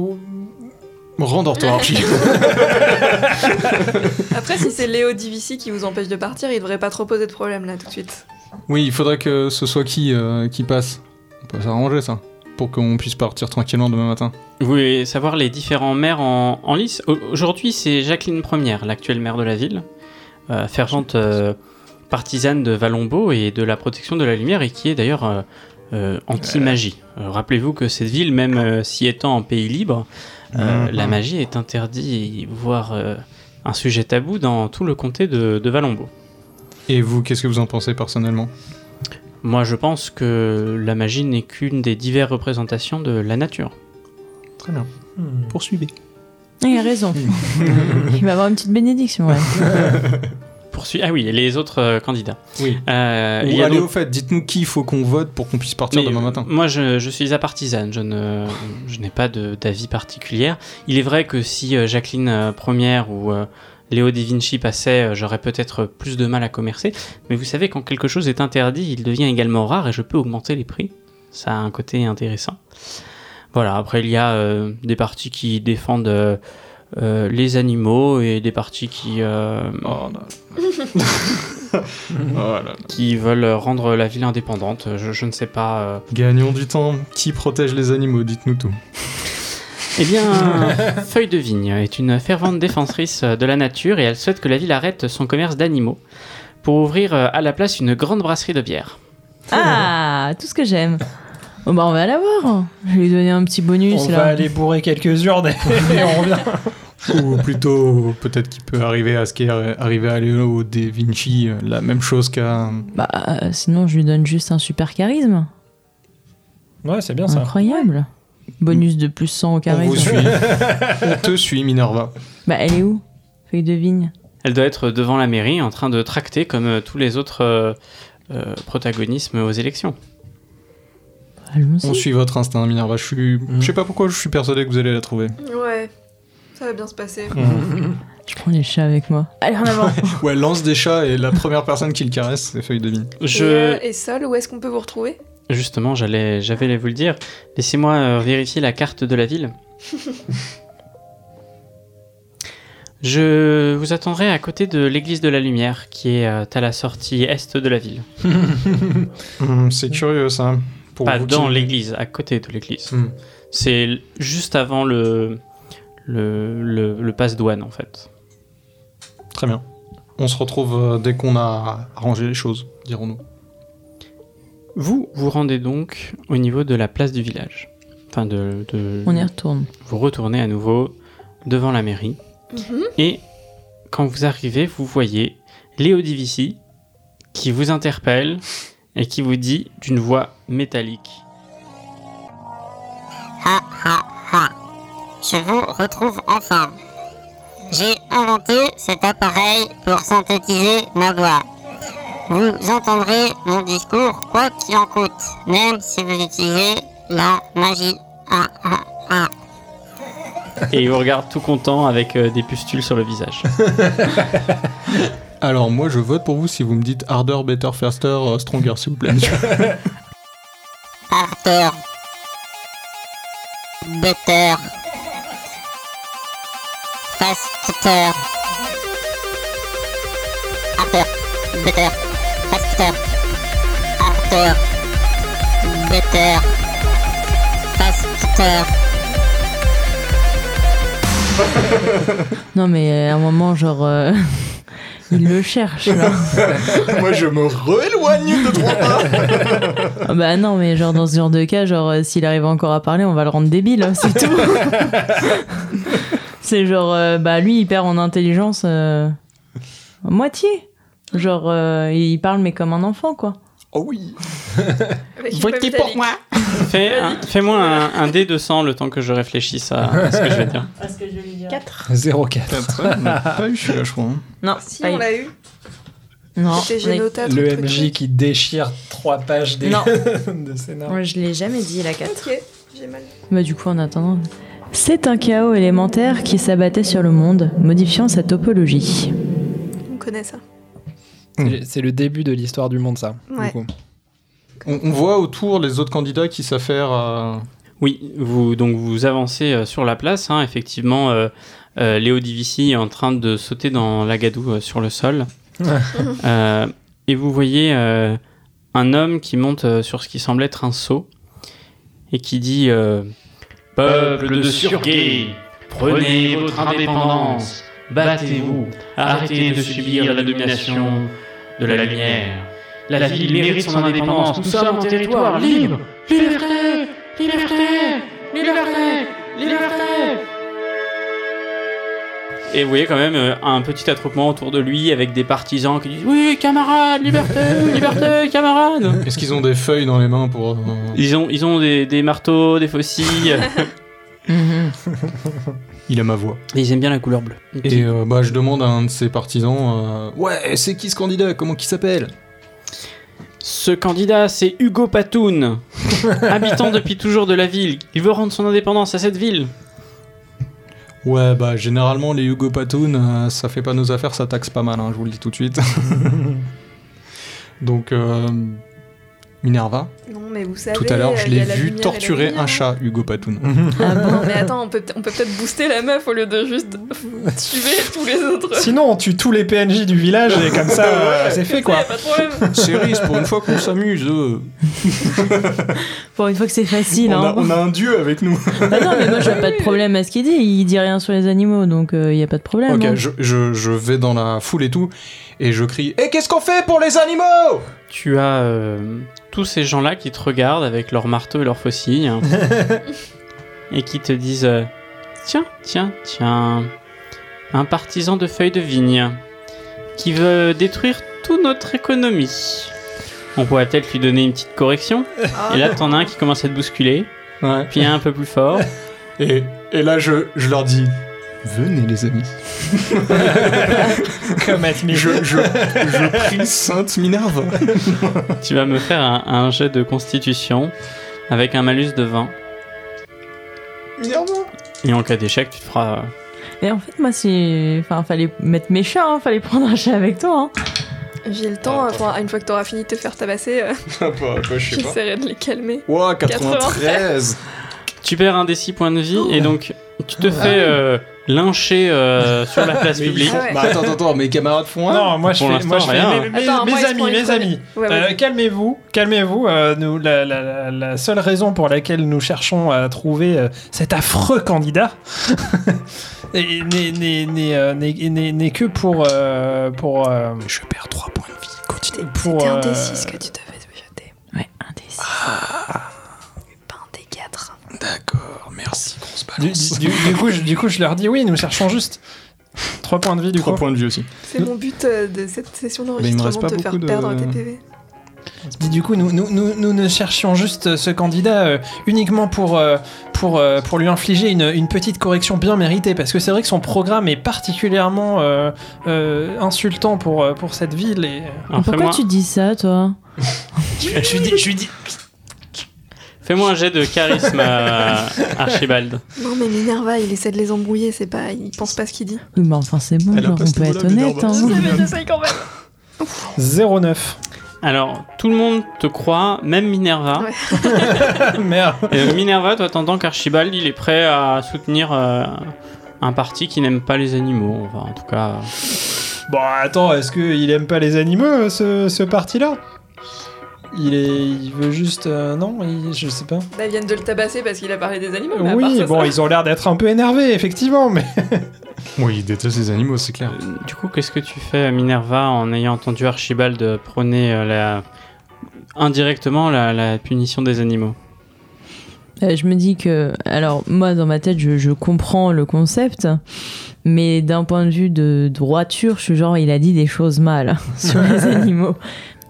Speaker 1: Rendors-toi, Archie.
Speaker 2: Après, si c'est Léo Divici qui vous empêche de partir, il devrait pas trop poser de problème là tout de suite.
Speaker 1: oui, il faudrait que ce soit qui euh, qui passe. On peut s'arranger, ça. Pour qu'on puisse partir tranquillement demain matin.
Speaker 3: Vous voulez savoir les différents maires en, en lice Au- Aujourd'hui, c'est Jacqueline Première, l'actuelle maire de la ville, euh, fervente euh, partisane de Valombo et de la protection de la lumière, et qui est d'ailleurs euh, euh, anti-magie. Euh, Rappelez-vous que cette ville, même euh, si étant en pays libre, euh,
Speaker 1: Mhm.
Speaker 3: la magie est interdite, voire euh, un sujet tabou dans tout le comté de, de Valombo.
Speaker 1: Et vous, qu'est-ce que vous en pensez personnellement
Speaker 3: Moi, je pense que la magie n'est qu'une des diverses représentations de la nature.
Speaker 1: Très bien.
Speaker 5: Hmm.
Speaker 1: Poursuivez.
Speaker 4: Ah, Il a raison. Il va avoir une petite bénédiction, ouais.
Speaker 3: Poursuit. Ah oui, et les autres euh, candidats.
Speaker 1: Oui.
Speaker 3: Euh, il y
Speaker 1: Ou
Speaker 3: a
Speaker 1: allez
Speaker 3: donc-
Speaker 1: au fait, dites-nous qui il faut qu'on vote pour qu'on puisse partir
Speaker 3: Mais,
Speaker 1: demain
Speaker 3: euh,
Speaker 1: matin.
Speaker 3: Moi, je, je suis à partisane. Je ne, je n'ai pas de- d'avis particulière. Il est vrai que si euh, Jacqueline euh, Première ou euh, Léo Da Vinci passait, euh, j'aurais peut-être plus de mal à commercer. Mais vous savez, quand quelque chose est interdit, il devient également rare et je peux augmenter les prix. Ça a un côté intéressant. Voilà. Après, il y a euh, des partis qui défendent euh, euh, les animaux et des partis qui euh,
Speaker 1: Oh, là. oh là.
Speaker 3: qui veulent rendre la ville indépendante. Je, je ne sais pas. euh,
Speaker 1: Gagnons du temps. Qui protège les animaux Dites-nous tout.
Speaker 3: Eh bien, Feuille de Vigne est une fervente défensrice de la nature et elle souhaite que la ville arrête son commerce d'animaux pour ouvrir euh, à la place une grande brasserie de bière.
Speaker 4: Ah, tout ce que j'aime. Bon, bah, on va la voir. Je vais lui donner un petit bonus.
Speaker 5: On
Speaker 4: là.
Speaker 5: va aller bourrer quelques urnes et on revient.
Speaker 1: Ou plutôt, peut-être qu'il peut arriver à ce qu'est arrivé à Léo De Vinci, euh, la même chose qu'à.
Speaker 4: Bah, euh, sinon, je lui donne juste un super charisme.
Speaker 5: Ouais, c'est bien ça.
Speaker 4: Incroyable. Bonus de plus 100 au
Speaker 1: On vous
Speaker 4: charisme.
Speaker 1: suit. On te suit, Minerva.
Speaker 4: Bah, elle est où Feuille de vigne.
Speaker 3: Elle doit être devant la mairie en train de tracter comme euh, tous les autres euh, euh, protagonismes aux élections.
Speaker 1: On
Speaker 4: Allons-y.
Speaker 1: suit votre instinct, Minerva. Je suis. Je sais pas pourquoi, je suis persuadé que vous allez la trouver.
Speaker 2: Ouais. Ça va bien se passer.
Speaker 4: Je prends les chats avec moi. Allez, en avant
Speaker 1: Ouais, lance des chats et la première personne qui le caresse, c'est Feuille de Vigne.
Speaker 3: Je...
Speaker 2: Et, euh, et Sol, où est-ce qu'on peut vous retrouver
Speaker 3: Justement, j'allais, j'avais vous le dire. Laissez-moi euh, vérifier la carte de la ville. Je vous attendrai à côté de l'église de la Lumière, qui est euh, à la sortie est de la ville.
Speaker 1: Hmm, c'est curieux ça. Pour
Speaker 3: Pas
Speaker 1: vous
Speaker 3: dans
Speaker 1: qui-
Speaker 3: l'église, à côté de l'église.
Speaker 1: Hmm.
Speaker 3: C'est l- juste avant le, le, le, le passe-douane, en fait.
Speaker 1: Très bien. On se retrouve euh, dès qu'on a arrangé les choses, dirons-nous.
Speaker 3: Vous vous rendez donc au niveau de la place du village. Enfin, de, de-
Speaker 4: On y retourne.
Speaker 3: vous retournez à nouveau devant la mairie.
Speaker 4: Mhm.
Speaker 3: Et quand vous arrivez, vous voyez Léo Divici qui vous interpelle et qui vous dit d'une voix métallique.
Speaker 6: Ha ha ha. Je vous retrouve enfin. J'ai inventé cet appareil pour synthétiser ma voix. Vous entendrez mon discours quoi qu'il en coûte, même si vous utilisez la magie. Ha ha ha.
Speaker 3: Et il vous regarde tout content avec euh, des pustules sur le visage.
Speaker 1: Alors moi je vote pour vous si vous me dites harder, better, faster, euh, stronger s'il vous plaît. monsieur.
Speaker 6: Harder. Better. Faster. Harder. Better. Faster. Harder. Better. Faster.
Speaker 4: Non, mais à un moment, genre. euh, Il le cherche. là.
Speaker 1: moi je me rééloigne de trois pas.
Speaker 4: Ah bah non, mais genre dans ce genre de cas, genre euh, s'il arrive encore à parler, on va le rendre débile, hein, c'est tout. c'est genre, euh, bah lui, il perd en intelligence euh, à moitié. Genre, euh, il parle mais comme un enfant, quoi.
Speaker 1: Oh oui.
Speaker 2: Avec une
Speaker 3: Votez
Speaker 2: pomme
Speaker 3: pour
Speaker 2: italique.
Speaker 3: moi Fais un- Fais-moi un, un dé de sang le temps que je réfléchisse à, à ce que je vais dire.
Speaker 4: Parce que je lui dis.
Speaker 2: 4.
Speaker 5: 0,4.
Speaker 1: Putain, on n'a pas eu celui-là, je crois. hein.
Speaker 4: Non,
Speaker 2: Si,
Speaker 4: pas
Speaker 2: on
Speaker 4: il-
Speaker 2: l'a eu.
Speaker 4: Non,
Speaker 2: C'était
Speaker 4: on l'a-
Speaker 2: Génota. truc,
Speaker 5: Le
Speaker 2: truc,
Speaker 5: MJ
Speaker 2: truc.
Speaker 5: qui déchire trois pages des...
Speaker 4: Non.
Speaker 5: de scénar.
Speaker 4: Moi, je l'ai jamais dit, la 4.
Speaker 2: Ok, j'ai mal.
Speaker 4: Bah du coup en attendant. C'est un chaos élémentaire qui s'abattait sur le monde, modifiant sa topologie.
Speaker 2: On connaît ça.
Speaker 5: C'est- C'est le début de l'histoire du monde, ça. du
Speaker 2: Ouais.
Speaker 5: coup.
Speaker 1: On, on voit autour les autres candidats qui s'affairent à...
Speaker 3: Oui, vous, donc vous avancez euh, sur la place. hein, effectivement, euh, euh, Léo Divici est en train de sauter dans l'agadou euh, sur le sol. Euh, et vous voyez euh, un homme qui monte euh, sur ce qui semble être un seau et qui dit euh,
Speaker 7: Peuple de Surgay, prenez votre indépendance, battez-vous, arrêtez de subir la domination de la lumière. La ville mérite son indépendance, nous sommes en territoire libre. Liberté Liberté Liberté Liberté
Speaker 3: Et vous voyez quand même euh, un petit attroupement autour de lui avec des partisans qui disent Oui, camarades, liberté, liberté, camarades
Speaker 1: Est-ce qu'ils ont des feuilles dans les mains pour... euh,
Speaker 3: Ils ont, ils ont des, des marteaux, des faucilles.
Speaker 1: Il a ma voix.
Speaker 3: Et ils aiment bien la couleur bleue.
Speaker 1: Et euh, bah, je demande à un de ses partisans, euh, ouais, c'est qui ce candidat Comment qui s'appelle
Speaker 3: Ce candidat, c'est Hugo Patoun, habitant depuis toujours de la ville. Il veut rendre son indépendance à cette ville.
Speaker 1: Ouais, bah généralement les Hugo Patoun, euh, ça fait pas nos affaires, ça taxe pas mal, hein, je vous le dis tout de suite. Donc, euh, Minerva,
Speaker 2: Non, mais vous savez.
Speaker 1: tout à l'heure, je
Speaker 2: Ah euh, il y
Speaker 1: l'ai
Speaker 2: a la
Speaker 1: vu
Speaker 2: lumière et la
Speaker 1: torturer
Speaker 2: lumière,
Speaker 1: un
Speaker 2: hein.
Speaker 1: chat, Hugo Patoun.
Speaker 4: Ah bon
Speaker 2: Non, mais attends, on peut peut- on peut peut-être booster la meuf au lieu de juste tuer tous les autres.
Speaker 5: Sinon, on tue tous les PNJ du village et comme ça, euh, c'est fait, quoi.
Speaker 2: Y'a pas de problème.
Speaker 1: Cerise, pour une fois qu'on s'amuse, euh,
Speaker 4: Pour une fois que c'est facile,
Speaker 1: on,
Speaker 4: hein.
Speaker 1: a, on a un dieu avec nous.
Speaker 4: Bah non, mais moi j'ai pas de problème à ce qu'il dit, il dit rien sur les animaux, donc il y a pas de problème.
Speaker 1: ok,
Speaker 4: hein.
Speaker 1: je, je- je vais dans la foule et tout, et je crie, et qu'est-ce qu'on fait pour les animaux
Speaker 3: Tu as euh, tous ces gens-là qui te regardent avec leurs marteaux et leurs faucilles. hein, et qui te disent euh, Tiens, tiens, tiens. Un partisan de feuilles de vigne qui veut détruire toute notre économie. On pourrait peut-être lui donner une petite correction. Et là, t'en as un qui commence à te bousculer,
Speaker 1: Ouais.
Speaker 3: puis un un peu plus fort.
Speaker 1: Et, et là, je, je leur dis, venez les amis.
Speaker 5: Comme Atmi.
Speaker 1: Je, je, je prie Sainte Minerva.
Speaker 3: Tu vas me faire un, un jet de constitution avec un malus de 20.
Speaker 1: Minerva
Speaker 3: Et en cas d'échec, tu te feras euh,
Speaker 4: Et en fait, moi, si. Enfin, fallait mettre mes chats, hein, fallait prendre un chat avec toi. hein.
Speaker 2: J'ai le temps, enfin, une fois que t'auras fini de te faire tabasser, euh,
Speaker 1: Bah, bah, Ah, je sais pas.
Speaker 2: j'essaierai de les calmer.
Speaker 1: Ouah, 93
Speaker 3: Tu perds un des 6 points de vie
Speaker 2: Oh.
Speaker 3: et donc tu te fais euh, lyncher euh, sur la place publique.
Speaker 2: Ah ouais.
Speaker 1: Bah attends, attends, attends, mes camarades font un
Speaker 5: Non, moi je
Speaker 3: Pour
Speaker 5: fais, moi, je
Speaker 3: l'instant,
Speaker 5: fais
Speaker 3: rien.
Speaker 5: mes, mes-
Speaker 2: Attends,
Speaker 5: mes
Speaker 2: moi, ils se
Speaker 5: amis,
Speaker 2: font
Speaker 5: mes
Speaker 2: une
Speaker 5: amis.
Speaker 2: Ouais,
Speaker 5: Euh,
Speaker 2: vas-y.
Speaker 5: calmez-vous, calmez-vous. euh, nous, la, la- la- la seule raison pour laquelle nous cherchons à trouver euh, cet affreux candidat et- n'est- n'est n'est, euh, n'est- n'est- n'est que pour euh, pour euh,
Speaker 1: Je perds 3 points de vie, continue.
Speaker 5: pour
Speaker 2: C'était un
Speaker 5: euh,
Speaker 2: des 6 que tu devais jeter,
Speaker 4: Ouais, un des six.
Speaker 2: pas un des 4.
Speaker 1: D'accord, Oh, merci, grosse
Speaker 5: du,
Speaker 1: balance.
Speaker 5: du- du coup, je, du coup, je leur dis oui, nous cherchons juste trois points de vie du
Speaker 1: 3
Speaker 5: coup.
Speaker 1: points de vie aussi.
Speaker 2: C'est mon but euh, de cette session
Speaker 1: Mais il me
Speaker 2: d'enregistrement,
Speaker 1: reste pas
Speaker 2: de te faire
Speaker 1: beaucoup de-
Speaker 2: perdre un TPV.
Speaker 5: Et Du coup, nous, nous, nous, nous ne cherchions juste ce candidat euh, uniquement pour, euh, pour, euh, pour lui infliger une, une petite correction bien méritée, parce que c'est vrai que son programme est particulièrement euh, euh, insultant pour, euh, pour cette ville. Et... euh,
Speaker 3: Alors,
Speaker 4: Pourquoi
Speaker 3: fais-moi-
Speaker 4: tu dis ça, toi
Speaker 5: Je, lui dis, je lui dis-
Speaker 3: Fais-moi un jet de charisme, euh, Archibald.
Speaker 2: Non mais Minerva, il essaie de les embrouiller, c'est pas, il pense pas ce qu'il dit.
Speaker 4: Oui, mais enfin, c'est bon,
Speaker 1: Elle a
Speaker 4: genre,
Speaker 1: pas
Speaker 4: on
Speaker 1: ce
Speaker 4: peut être
Speaker 1: niveau-là,
Speaker 4: honnête.
Speaker 1: mais
Speaker 4: hein.
Speaker 1: normal.
Speaker 2: mais j'essaye quand même.
Speaker 5: 09.
Speaker 3: Alors, tout le monde te croit, même Minerva.
Speaker 2: Ouais.
Speaker 5: Ah, Merde.
Speaker 3: Et donc, Minerva, toi, t'entends qu'Archibald, il est prêt à soutenir euh, un parti qui n'aime pas les animaux. Enfin, en tout cas, euh,
Speaker 5: Bon, attends, est-ce qu'il aime pas les animaux, euh, ce, ce parti-là il, est, il veut juste. euh, non, il- je sais pas.
Speaker 2: Bah, ils viennent de le tabasser parce qu'il a parlé des animaux. mais à part
Speaker 5: oui,
Speaker 2: ça,
Speaker 5: bon,
Speaker 2: ça-
Speaker 5: ils ont l'air d'être un peu énervés, effectivement, mais.
Speaker 1: Oui, il déteste les animaux, c'est clair.
Speaker 3: euh, du coup, qu'est-ce que tu fais, Minerva, en ayant entendu Archibald euh, prôner euh, la... indirectement la, la punition des animaux
Speaker 4: Euh, je me dis que, alors moi dans ma tête, je, je comprends le concept, mais d'un point de vue de droiture, je suis genre, il a dit des choses mal sur les animaux.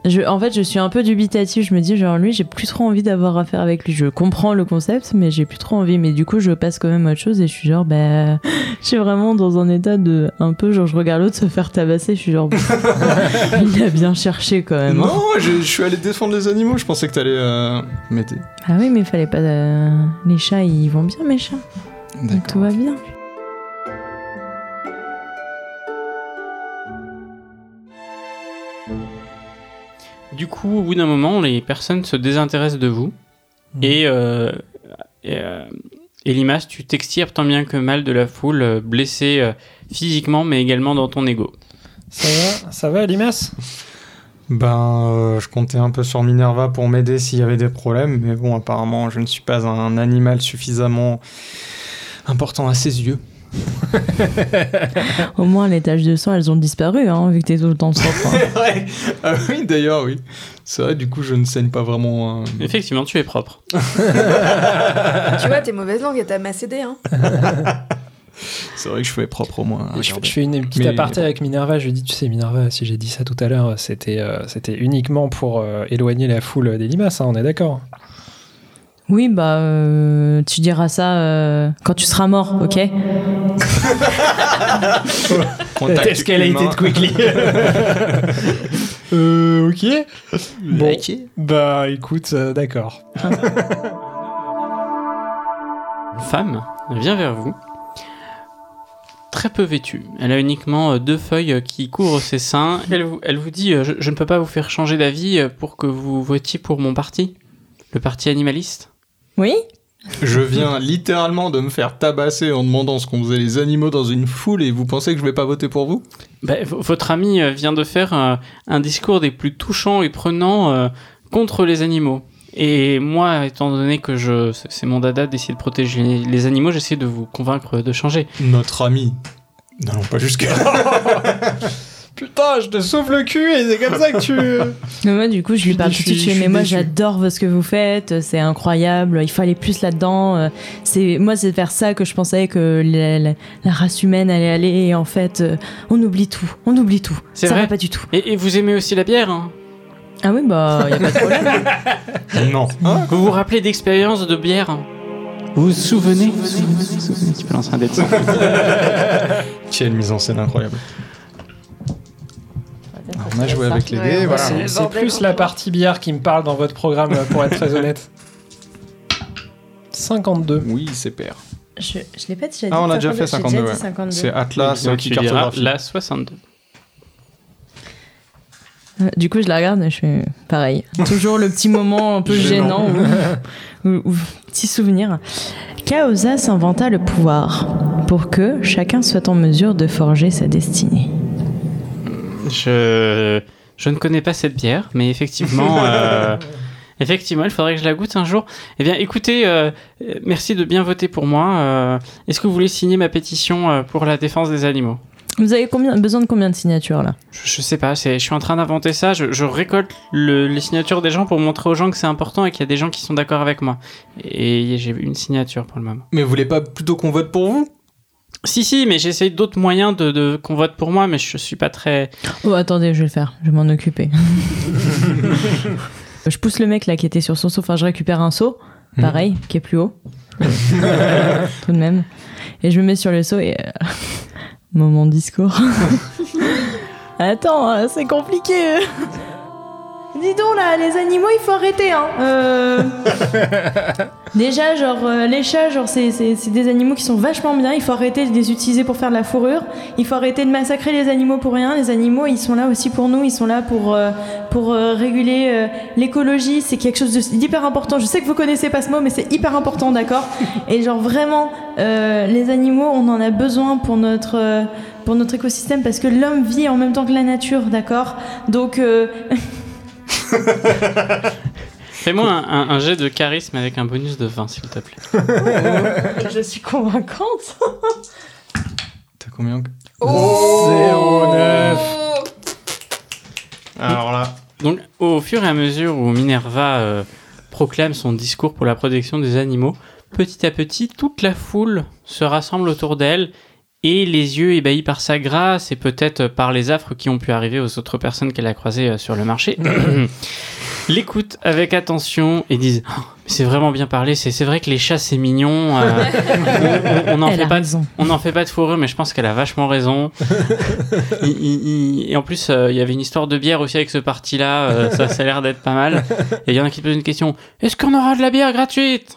Speaker 4: Je, en fait, je suis un peu dubitatif. Je me dis, genre, lui, j'ai plus trop envie d'avoir affaire avec lui. Je comprends le concept, mais j'ai plus trop envie. Mais du coup, je passe quand même à autre chose et je suis genre, bah, je suis vraiment dans un état de. Un peu, genre, je regarde l'autre se faire tabasser. Je suis genre, il a bien cherché quand
Speaker 5: Eh,
Speaker 4: même. hein.
Speaker 1: Non, je, je suis allé défendre les animaux, je pensais que t'allais... Euh... Mais t'es-
Speaker 4: Ah oui, mais il fallait pas. euh, Les chats, ils vont bien, mes chats. Donc, tout
Speaker 1: D'accord.
Speaker 4: va bien.
Speaker 3: Du coup, au bout d'un moment, les personnes se désintéressent de vous. Et, euh, et, euh, Elimas, tu t'extirpes tant bien que mal de la foule, euh, blessé euh, physiquement, mais également dans ton ego.
Speaker 5: Ça va, ça va, Limas
Speaker 1: Ben, euh, je comptais un peu sur Minerva pour m'aider s'il y avait des problèmes, mais bon, apparemment, je ne suis pas un animal suffisamment important à ses yeux.
Speaker 4: Au moins, les taches de sang, elles ont disparu, hein, vu que t'es tout le temps propre. hein.
Speaker 1: ouais. Ah oui, d'ailleurs, oui. C'est vrai, du coup, je ne saigne pas vraiment. hein.
Speaker 3: Effectivement, tu es propre.
Speaker 2: Tu vois, tes mauvaises langues, et t'as m'accédé, hein.
Speaker 1: C'est vrai que je fais propre au moins. hein. à
Speaker 5: Je,
Speaker 1: regarder.
Speaker 5: je fais une petite
Speaker 1: Mais-
Speaker 5: aparté avec Minerva. Je lui dis, tu sais, Minerva, si j'ai dit ça tout à l'heure, c'était euh, c'était uniquement pour euh, éloigner la foule des limaces. hein, on est d'accord.
Speaker 4: Oui, bah, euh, tu diras ça euh, quand tu seras mort, ok
Speaker 1: Contact humain.
Speaker 5: quickly euh, Ok. Bon, bah écoute, euh, d'accord.
Speaker 3: Une femme vient vers vous, très peu vêtue. Elle a uniquement euh, deux feuilles euh, qui couvrent ses seins. Elle vous, elle vous dit euh, je, je ne peux pas vous faire changer d'avis euh, pour que vous votiez pour mon parti, le parti animaliste.
Speaker 4: Oui
Speaker 1: Je viens littéralement de me faire tabasser en demandant ce qu'on faisait les animaux dans une foule et vous pensez que je vais pas voter pour vous
Speaker 3: Bah, v- votre ami euh, vient de faire euh, un discours des plus touchants et prenants euh, contre les animaux. Et moi, étant donné que je, c'est c'est mon dada d'essayer de protéger les animaux, j'essaie de vous convaincre de changer.
Speaker 1: Notre ami. Non, non, pas jusque-là.
Speaker 5: Putain, je te sauve le cul et c'est comme ça que tu.
Speaker 4: Mais moi, du coup, je lui
Speaker 1: suis
Speaker 4: parle tout
Speaker 1: déçu,
Speaker 4: de suite.
Speaker 1: je
Speaker 4: je fais,
Speaker 1: suis
Speaker 4: Mais moi,
Speaker 1: déçu.
Speaker 4: j'adore ce que vous faites. C'est incroyable. Il faut aller plus là-dedans. euh, C'est moi, c'est vers ça que je pensais que la, la- la race humaine allait aller. Et en fait, euh, on oublie tout. On oublie tout.
Speaker 3: C'est
Speaker 4: Ça
Speaker 3: vrai
Speaker 4: va pas du tout.
Speaker 3: Et, et vous aimez aussi la bière, hein
Speaker 4: Ah oui, bah, y a pas de problème.
Speaker 1: non.
Speaker 3: Vous vous rappelez d'expériences de bière Vous vous souvenez Tu peux lancer un dé de cent.
Speaker 1: Quelle mise en scène incroyable. On a joué avec les
Speaker 2: Ouais,
Speaker 1: dés,
Speaker 2: on
Speaker 1: voilà.
Speaker 2: sait.
Speaker 5: C'est c'est plus la partie bière qui me parle dans euh, votre programme, pour être très honnête. 52.
Speaker 1: Oui, c'est père.
Speaker 8: Je, je l'ai pas déjà dit.
Speaker 1: Ah, on a déjà fait
Speaker 8: j'ai
Speaker 1: 52,
Speaker 8: dit
Speaker 1: ouais.
Speaker 8: 52.
Speaker 1: C'est Atlas euh,
Speaker 3: Donc
Speaker 1: qui
Speaker 3: tu diras
Speaker 1: cartographie.
Speaker 3: la 62.
Speaker 4: Euh, Du coup, je la regarde et je fais pareil. Toujours le petit moment un peu
Speaker 1: Gênant.
Speaker 4: gênant ou, ou- ou petit souvenir. Kaosa s'inventa le pouvoir pour que chacun soit en mesure de forger sa destinée.
Speaker 3: Je, je ne connais pas cette bière, mais effectivement, euh, effectivement, il faudrait que je la goûte un jour. Eh bien, écoutez, euh, euh, merci de bien voter pour moi. Euh, Est-ce que vous voulez signer ma pétition euh, pour la défense des animaux
Speaker 4: Vous avez combien, besoin de combien de signatures là
Speaker 3: je, je sais pas, c'est- je suis en train d'inventer ça. Je, je récolte le- les signatures des gens pour montrer aux gens que c'est important et qu'il y a des gens qui sont d'accord avec moi. Et j'ai une signature pour le moment.
Speaker 1: Mais vous voulez pas plutôt qu'on vote pour vous
Speaker 3: Si, si, mais j'essaye d'autres moyens de, de- qu'on vote pour moi, mais je suis pas très.
Speaker 4: Oh, attendez, je vais le faire. Je vais m'en occuper. je pousse le mec là qui était sur son seau. Enfin, je récupère un seau, pareil, qui est plus haut. Tout de même. Et je me mets sur le seau et. euh, Moment discours. Attends, euh, c'est compliqué. euh. Dis donc là, les animaux, il faut arrêter. Hein. Euh, Déjà, genre, euh, les chats, genre, c'est- c'est c'est des animaux qui sont vachement bien. Il faut arrêter de les utiliser pour faire de la fourrure. Il faut arrêter de massacrer les animaux pour rien. Les animaux, ils sont là aussi pour nous. Ils sont là pour, euh, pour euh, réguler euh, l'écologie. C'est quelque chose de- d'hyper important. Je sais que vous connaissez pas ce mot, mais c'est hyper important, d'accord Et genre vraiment, euh, les animaux, on en a besoin pour notre, euh, pour notre écosystème parce que l'homme vit en même temps que la nature, d'accord Donc, euh,
Speaker 3: Fais-moi un, un- un jet de charisme avec un bonus de 20, s'il te plaît.
Speaker 4: je suis convaincante.
Speaker 1: T'as combien
Speaker 2: Oh
Speaker 1: 09. Alors là.
Speaker 3: Donc, au fur et à mesure où Minerva euh, proclame son discours pour la protection des animaux, petit à petit, toute la foule se rassemble autour d'elle et les yeux ébahis par sa grâce et peut-être par les affres qui ont pu arriver aux autres personnes qu'elle a croisées euh, sur le marché, l'écoutent avec attention et disent Oh, mais C'est vraiment bien parlé, c'est c'est vrai que les chats c'est mignon, euh, on- on n'en fait pas de
Speaker 4: raison.
Speaker 3: on n'en fait pas de fourrure, mais je pense qu'elle a vachement raison. Il- il- il- Et en plus, euh, il y avait une histoire de bière aussi avec ce parti-là. euh, ça, ça a l'air d'être pas mal. Et il y en a qui te posent une question. Est-ce qu'on aura de la bière gratuite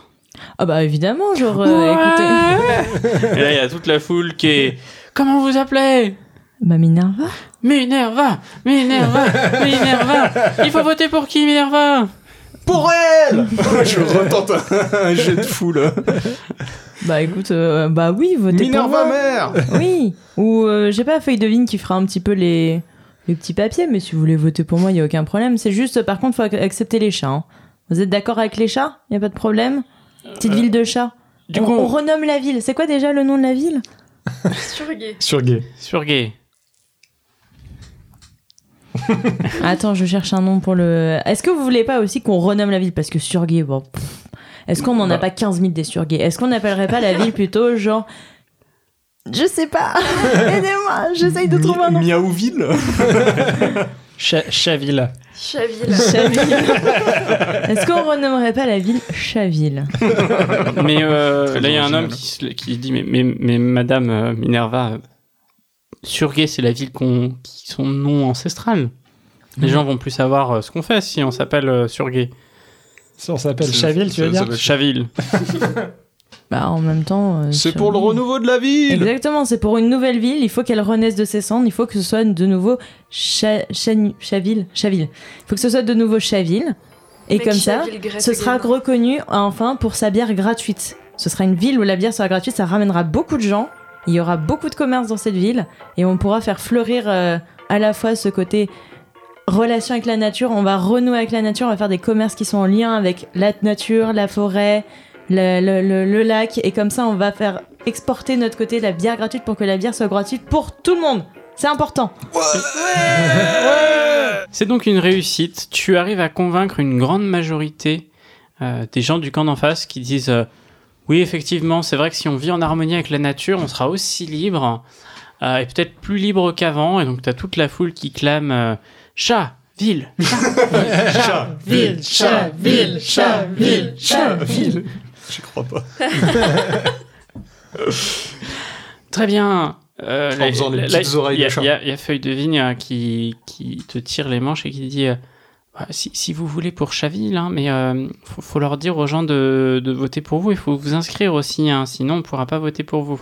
Speaker 4: Ah bah évidemment, genre, euh,
Speaker 3: Ouais. Et là, il y a toute la foule qui est... Comment vous appelez
Speaker 4: Bah Minerva
Speaker 3: Minerva Minerva Minerva Il faut voter pour qui, Minerva
Speaker 1: Pour elle Je retente un jet de foule.
Speaker 4: Bah écoute, euh, bah oui, votez
Speaker 1: Minerva
Speaker 4: pour moi.
Speaker 1: mère
Speaker 4: Oui, ou euh, j'ai pas feuille de vigne qui fera un petit peu les, les petits papiers, mais si vous voulez voter pour moi, il y a aucun problème. C'est juste, par contre, faut ac- accepter les chats. hein. Vous êtes d'accord avec les chats Il y a pas de problème Petite ville de chats.
Speaker 3: Euh, Du
Speaker 4: on,
Speaker 3: coup,
Speaker 4: on renomme la ville. C'est quoi déjà le nom de la ville
Speaker 2: Surgay.
Speaker 1: Sur gay.
Speaker 3: sur gay.
Speaker 4: Attends, je cherche un nom pour le. Est-ce que vous voulez pas aussi qu'on renomme la ville Parce que Surgay, bon. pff. Est-ce qu'on
Speaker 3: Bah.
Speaker 4: en a pas 15 000 des Surgay Est-ce qu'on n'appellerait pas la ville plutôt genre. Je sais pas Aidez-moi J'essaye de trouver un nom
Speaker 1: Miaouville
Speaker 5: Cha- Chaville.
Speaker 2: Chaville.
Speaker 4: Chaville. Est-ce qu'on renommerait pas la ville Chaville
Speaker 3: Mais euh,
Speaker 1: Très
Speaker 3: là, il y a un
Speaker 1: original.
Speaker 3: homme qui, se- qui dit Mais, mais, mais madame euh, Minerva, euh, Surgay, c'est la ville qu'on, qui son nom ancestral. Les gens vont plus savoir euh, ce qu'on fait si on s'appelle euh, Surgay.
Speaker 5: Ça, on s'appelle Chaville, tu veux
Speaker 1: Ça
Speaker 5: dire
Speaker 1: va être-
Speaker 3: Chaville.
Speaker 4: Bah en même temps. euh,
Speaker 1: C'est
Speaker 4: sur-
Speaker 1: pour le renouveau de la ville
Speaker 4: Exactement, c'est pour une nouvelle ville. Il faut qu'elle renaisse de ses cendres. Il faut que ce soit de nouveau Cha- Chanu- Chaville. Chaville. Il faut que ce soit de nouveau Chaville. Et
Speaker 2: Mec,
Speaker 4: comme ça,
Speaker 2: Chaville, Greta
Speaker 4: ce sera
Speaker 2: Garbo.
Speaker 4: reconnu enfin pour sa bière gratuite. Ce sera une ville où la bière sera gratuite. Ça ramènera beaucoup de gens. Il y aura beaucoup de commerces dans cette ville et on pourra faire fleurir euh, à la fois ce côté relation avec la nature, on va renouer avec la nature, on va faire des commerces qui sont en lien avec la nature, la forêt, le, le- le- le lac, et comme ça on va faire exporter de notre côté la bière gratuite pour que la bière soit gratuite pour tout le monde. C'est important.
Speaker 3: C'est donc une réussite. Tu arrives à convaincre une grande majorité euh, des gens du camp d'en face qui disent euh, Oui, effectivement, c'est vrai que si on vit en harmonie avec la nature, on sera aussi libre, euh, et peut-être plus libre qu'avant. Et donc, tu as toute la foule qui clame euh, Chat, ville,
Speaker 1: Chaville
Speaker 5: Chaville, Chaville, Chaville.
Speaker 1: J'y crois pas.
Speaker 3: Très bien. Euh,
Speaker 1: En faisant les petites oreilles
Speaker 3: Il y, a-
Speaker 1: de chat.
Speaker 3: hein, il y a- il y a Feuille de Vigne euh, qui, qui te tire les manches et qui dit euh, euh, si, si vous voulez pour Chaville, hein, mais il faut, faut leur dire aux gens de, de voter pour vous. Il faut vous inscrire aussi, hein, sinon on ne pourra pas voter pour vous.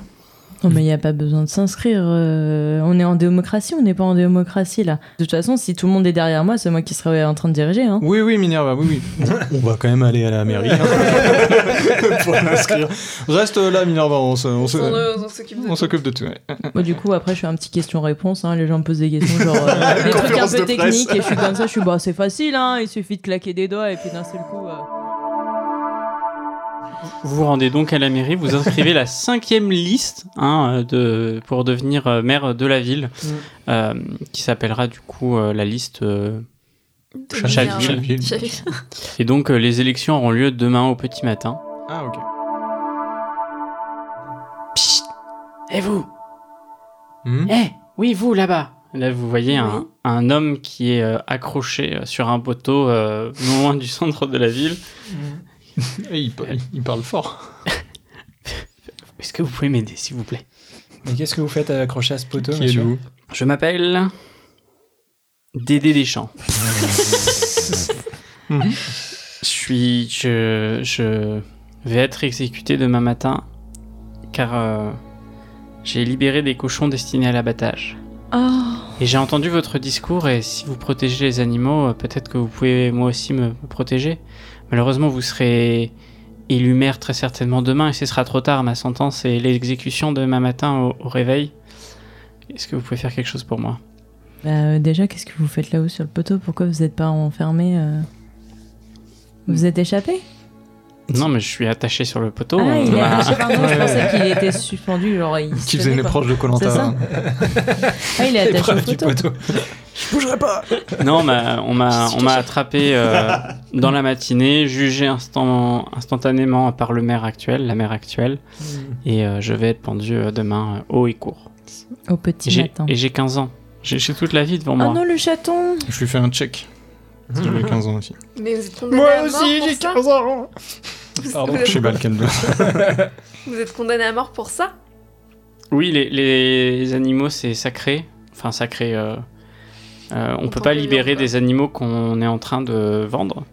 Speaker 4: Non,
Speaker 1: Mm.
Speaker 4: mais il n'y a pas besoin de s'inscrire. euh, on est en démocratie, on n'est pas en démocratie là. De toute façon, si tout le monde est derrière moi, c'est moi qui serais en train de diriger. Hein.
Speaker 1: Oui, oui, Minerva, oui, oui. On va quand même aller à la mairie hein, pour l'inscrire. Reste là, Minerva, on se- on se-
Speaker 2: On, euh, on s'occupe de
Speaker 1: on s'occupe de tout. ouais.
Speaker 4: Moi, du coup, après, je fais un petit question-réponse. hein. Les gens me posent des questions, genre euh, des trucs un
Speaker 1: Conférence
Speaker 4: peu
Speaker 1: de presse.
Speaker 4: techniques, et je suis comme ça, je suis bah, c'est facile, hein, il suffit de claquer des doigts, et puis d'un seul coup. euh,
Speaker 3: Vous vous rendez donc à la mairie, vous inscrivez la cinquième liste hein, euh, de, pour devenir euh, maire de la ville,
Speaker 5: Mm.
Speaker 3: euh, qui s'appellera du coup euh, la liste. euh,
Speaker 2: de
Speaker 3: Chaville.
Speaker 2: Minerva.
Speaker 1: Chaville.
Speaker 2: Chaville.
Speaker 3: Et donc euh, les élections auront lieu demain au petit matin.
Speaker 1: Ah, ok.
Speaker 3: Et vous
Speaker 1: Hmm.
Speaker 3: Eh Oui, vous là-bas Là, vous voyez un,
Speaker 2: Oui.
Speaker 3: un homme qui est euh, accroché euh, sur un poteau euh, non loin du centre de la ville.
Speaker 1: Et il, pa- il parle fort.
Speaker 3: Est-ce que vous pouvez m'aider, s'il vous plaît
Speaker 5: Mais qu'est-ce que vous faites à accrocher à ce poteau
Speaker 1: Qui
Speaker 5: monsieur
Speaker 1: êtes-vous
Speaker 3: Je m'appelle Dédé Deschamps. je suis... Je, je vais être exécuté demain matin, car euh, j'ai libéré des cochons destinés à l'abattage.
Speaker 4: Oh,
Speaker 3: Et j'ai entendu votre discours et si vous protégez les animaux, euh, peut-être que vous pouvez moi aussi me me protéger. Malheureusement, vous serez élu maire très certainement demain et ce sera trop tard. Ma sentence est l'exécution demain matin au, au réveil. Est-ce que vous pouvez faire quelque chose pour moi
Speaker 4: bah, euh, déjà, qu'est-ce que vous faites là-haut sur le poteau Pourquoi vous n'êtes pas enfermé euh Vous êtes échappé
Speaker 3: Non, mais je suis attaché sur le poteau.
Speaker 4: Ah, il est
Speaker 3: Bah,
Speaker 4: attaché, pardon, je
Speaker 1: Oh. Ouais.
Speaker 4: pensais qu'il était suspendu, genre il se
Speaker 1: Qui faisait
Speaker 4: tenait,
Speaker 1: une
Speaker 4: quoi.
Speaker 1: proche de
Speaker 4: C'est ça
Speaker 1: Colanta.
Speaker 4: Ah, il est attaché au
Speaker 5: Épreuve du
Speaker 4: poteau.
Speaker 5: poteau.
Speaker 3: Non, m'a- on m'a on m'a attrapé euh, dans la matinée, jugé instant, instantanément par le maire actuel, la maire actuelle,
Speaker 4: Hmm.
Speaker 3: et euh, je vais être pendu euh, demain euh, haut et court.
Speaker 4: Au petit
Speaker 3: J'ai-
Speaker 4: matin.
Speaker 3: Et j'ai 15 ans. J'ai j'ai toute la vie devant
Speaker 4: Oh
Speaker 3: moi.
Speaker 4: non, le chaton
Speaker 1: Je lui fais un check. J'avais 15 ans aussi.
Speaker 2: Mais vous êtes condamné à mort. pour ça
Speaker 5: ans
Speaker 2: Vous-
Speaker 5: Pardon,
Speaker 2: vous,
Speaker 1: Je sais
Speaker 2: êtes,
Speaker 1: pas lequel de-
Speaker 2: vous êtes condamné à mort pour ça
Speaker 3: Oui, les, les animaux, c'est sacré. Enfin, sacré. euh, euh, on
Speaker 2: En
Speaker 3: peut
Speaker 2: tant
Speaker 3: pas
Speaker 2: qu'humain,
Speaker 3: libérer
Speaker 2: quoi.
Speaker 3: des animaux qu'on est en train de vendre.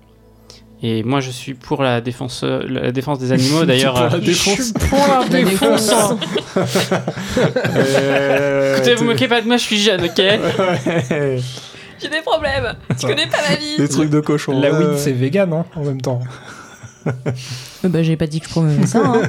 Speaker 3: Et moi, je suis pour la défense, la défense des animaux. D'ailleurs,
Speaker 1: Pour la
Speaker 3: euh,
Speaker 1: défense.
Speaker 5: Point
Speaker 4: La défense.
Speaker 5: défonçant
Speaker 1: Euh,
Speaker 3: écoutez, vous moquez pas de moi, je suis jeune, ok
Speaker 1: Ouais.
Speaker 2: J'ai des problèmes. Tu connais pas ma vie.
Speaker 1: Des trucs de cochon. Euh,
Speaker 5: La
Speaker 1: ouais,
Speaker 5: weed,
Speaker 1: ouais.
Speaker 5: c'est vegan, hein, en même temps.
Speaker 4: Euh, Bah, j'ai pas dit que je promouvais ça. hein.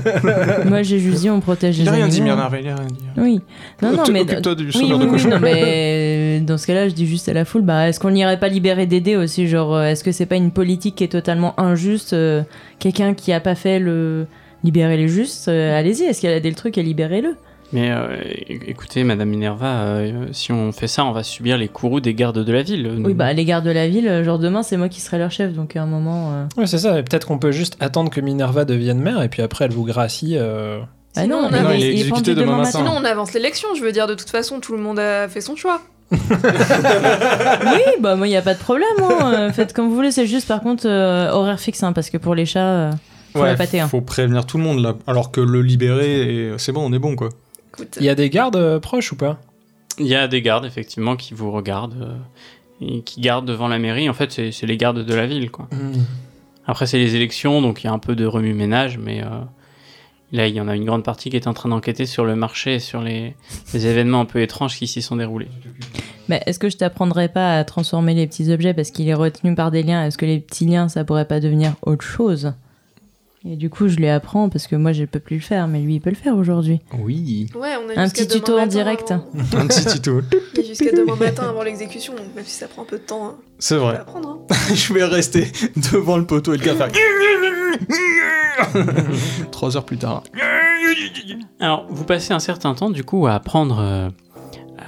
Speaker 4: Moi, j'ai juste dit on protège les
Speaker 1: Il a rien
Speaker 4: animaux.
Speaker 1: dit, Minerva, il a rien dit.
Speaker 4: Oui. Non, non, mais.
Speaker 1: Occupe-toi du
Speaker 4: Oui,
Speaker 1: sauveur
Speaker 4: oui,
Speaker 1: de
Speaker 4: oui,
Speaker 1: cochon.
Speaker 4: non, mais dans ce cas-là, je dis juste à la foule, bah, est-ce qu'on n'irait pas libérer Dédé aussi Genre, euh, est-ce que c'est pas une politique qui est totalement injuste euh, Quelqu'un qui a pas fait le libérer les justes, euh, allez-y, est-ce qu'elle a dit le truc et libérez-le
Speaker 3: Mais euh, é- écoutez, Madame Minerva, euh, si on fait ça, on va subir les courroux des gardes de la ville.
Speaker 4: Oui,
Speaker 1: Mm.
Speaker 4: bah, les gardes de la ville, euh, genre demain, c'est moi qui serai leur chef, donc à un moment. euh,
Speaker 5: Ouais, c'est ça. et Peut-être qu'on peut juste attendre que Minerva devienne mère et puis après elle vous gracie. euh,
Speaker 4: Bah
Speaker 2: Sinon,
Speaker 4: non,
Speaker 2: on avance-
Speaker 1: non,
Speaker 4: mais
Speaker 1: il est
Speaker 4: pendu
Speaker 1: exécuté demain matin.
Speaker 2: Bah, Sinon, on avance l'élection. Je veux dire, de toute façon, tout le monde a fait son choix.
Speaker 4: Oui, bah moi, il n'y a pas de problème. hein. Euh, Faites comme vous voulez. C'est juste, par contre, euh, horaire fixe, hein, parce que pour les chats, euh, faut la pâter. hein.
Speaker 1: faut prévenir tout le monde là. Alors que le libérer, et c'est bon, on est bon quoi.
Speaker 2: Écoute,
Speaker 5: Il y a des gardes euh, proches ou pas
Speaker 3: Il y a des gardes, effectivement, qui vous regardent euh, et qui gardent devant la mairie. En fait, c'est c'est les gardes de la ville, quoi.
Speaker 5: Hmm.
Speaker 3: Après, c'est les élections, donc il y a un peu de remue-ménage, mais euh, là, il y en a une grande partie qui est en train d'enquêter sur le marché et sur les, les événements un peu étranges qui s'y sont déroulés.
Speaker 4: Mais est-ce que je t'apprendrais pas à transformer les petits objets parce qu'il est retenu par des liens Est-ce que les petits liens, ça pourrait pas devenir autre chose Et du coup, je lui apprends parce que moi, je peux plus le faire, mais lui, il peut le faire aujourd'hui.
Speaker 1: Oui.
Speaker 2: ouais, on a
Speaker 4: Un
Speaker 2: jusqu'à
Speaker 4: petit
Speaker 2: demain
Speaker 4: tuto en
Speaker 2: matin
Speaker 4: direct.
Speaker 2: avant-
Speaker 1: Un petit tuto.
Speaker 2: on a jusqu'à demain matin avant l'exécution, donc même si ça prend un peu de temps, hein,
Speaker 1: C'est
Speaker 2: on
Speaker 1: vrai.
Speaker 2: peut apprendre. hein.
Speaker 1: je vais rester devant le poteau et le gars faire. Trois heures plus tard.
Speaker 3: Alors, vous passez un certain temps, du coup, à apprendre euh,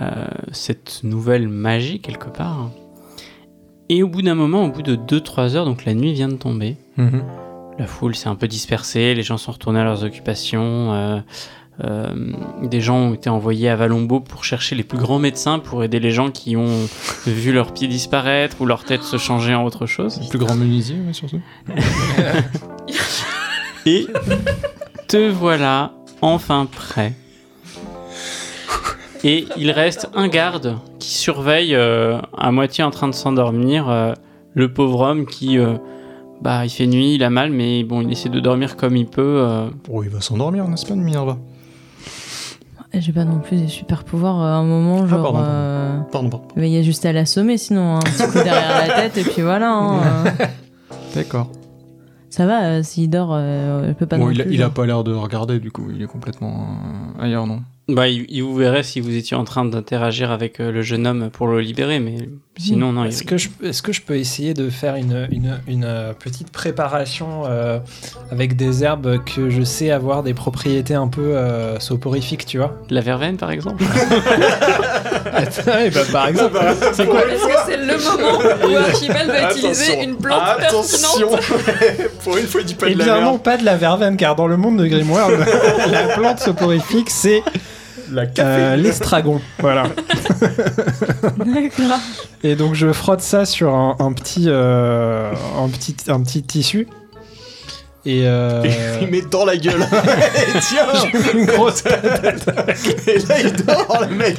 Speaker 3: euh, cette nouvelle magie, quelque part. Et au bout d'un moment, au bout de 2-3 heures, donc la nuit vient de tomber,
Speaker 1: Mhm.
Speaker 3: La foule s'est un peu dispersée, les gens sont retournés à leurs occupations. euh, euh, des gens ont été envoyés à Valombo pour chercher les plus grands médecins pour aider les gens qui ont vu leurs pieds disparaître ou leur tête se changer en autre chose.
Speaker 1: Le plus grand menuisier, ouais, surtout.
Speaker 3: Et te voilà enfin prêt. Et il reste un garde qui surveille euh, à moitié en train de s'endormir euh, le pauvre homme qui, euh, bah, il fait nuit, il a mal, mais bon, il essaie de dormir comme il peut. euh.
Speaker 1: Oh, il va s'endormir, n'est-ce pas, Minerva
Speaker 4: J'ai pas non plus des super pouvoirs euh, à un moment, genre.
Speaker 1: Ah, pardon.
Speaker 4: euh,
Speaker 1: Pardon, pardon.
Speaker 4: Il y a juste à l'assommer, sinon, hein, un petit coup derrière la tête, et puis voilà. hein, euh,
Speaker 1: D'accord.
Speaker 4: ça va, euh, s'il dort, euh, je peux pas
Speaker 1: Bon,
Speaker 4: non
Speaker 1: il a,
Speaker 4: plus,
Speaker 1: il a
Speaker 4: genre.
Speaker 1: pas l'air de regarder, du coup, il est complètement euh, ailleurs, non
Speaker 3: Bah, il, il vous verrait si vous étiez en train d'interagir avec euh, le jeune homme pour le libérer, mais sinon, non. il-
Speaker 5: Est-ce que, je- est-ce que je peux essayer de faire une, une- une, euh, petite préparation euh, avec des herbes que je sais avoir des propriétés un peu euh, soporifiques, tu vois
Speaker 3: La verveine, par exemple
Speaker 5: Ouais, bah, Par exemple,
Speaker 1: C'est
Speaker 2: Est-ce que c'est le moment où Archibald va utiliser une plante pertinente
Speaker 1: Pour une fois, il dit pas
Speaker 5: eh bien non, pas de la verveine, car dans le monde de Grimworld, la plante soporifique, c'est
Speaker 1: La
Speaker 5: euh, l'estragon. Voilà.
Speaker 4: D'accord.
Speaker 5: Et donc je frotte ça sur un, un petit, euh, un petit, un petit tissu. Et, euh,
Speaker 1: Il met dans la gueule. Et tiens
Speaker 5: une grosse.
Speaker 1: Et là, il dort, Oh, le mec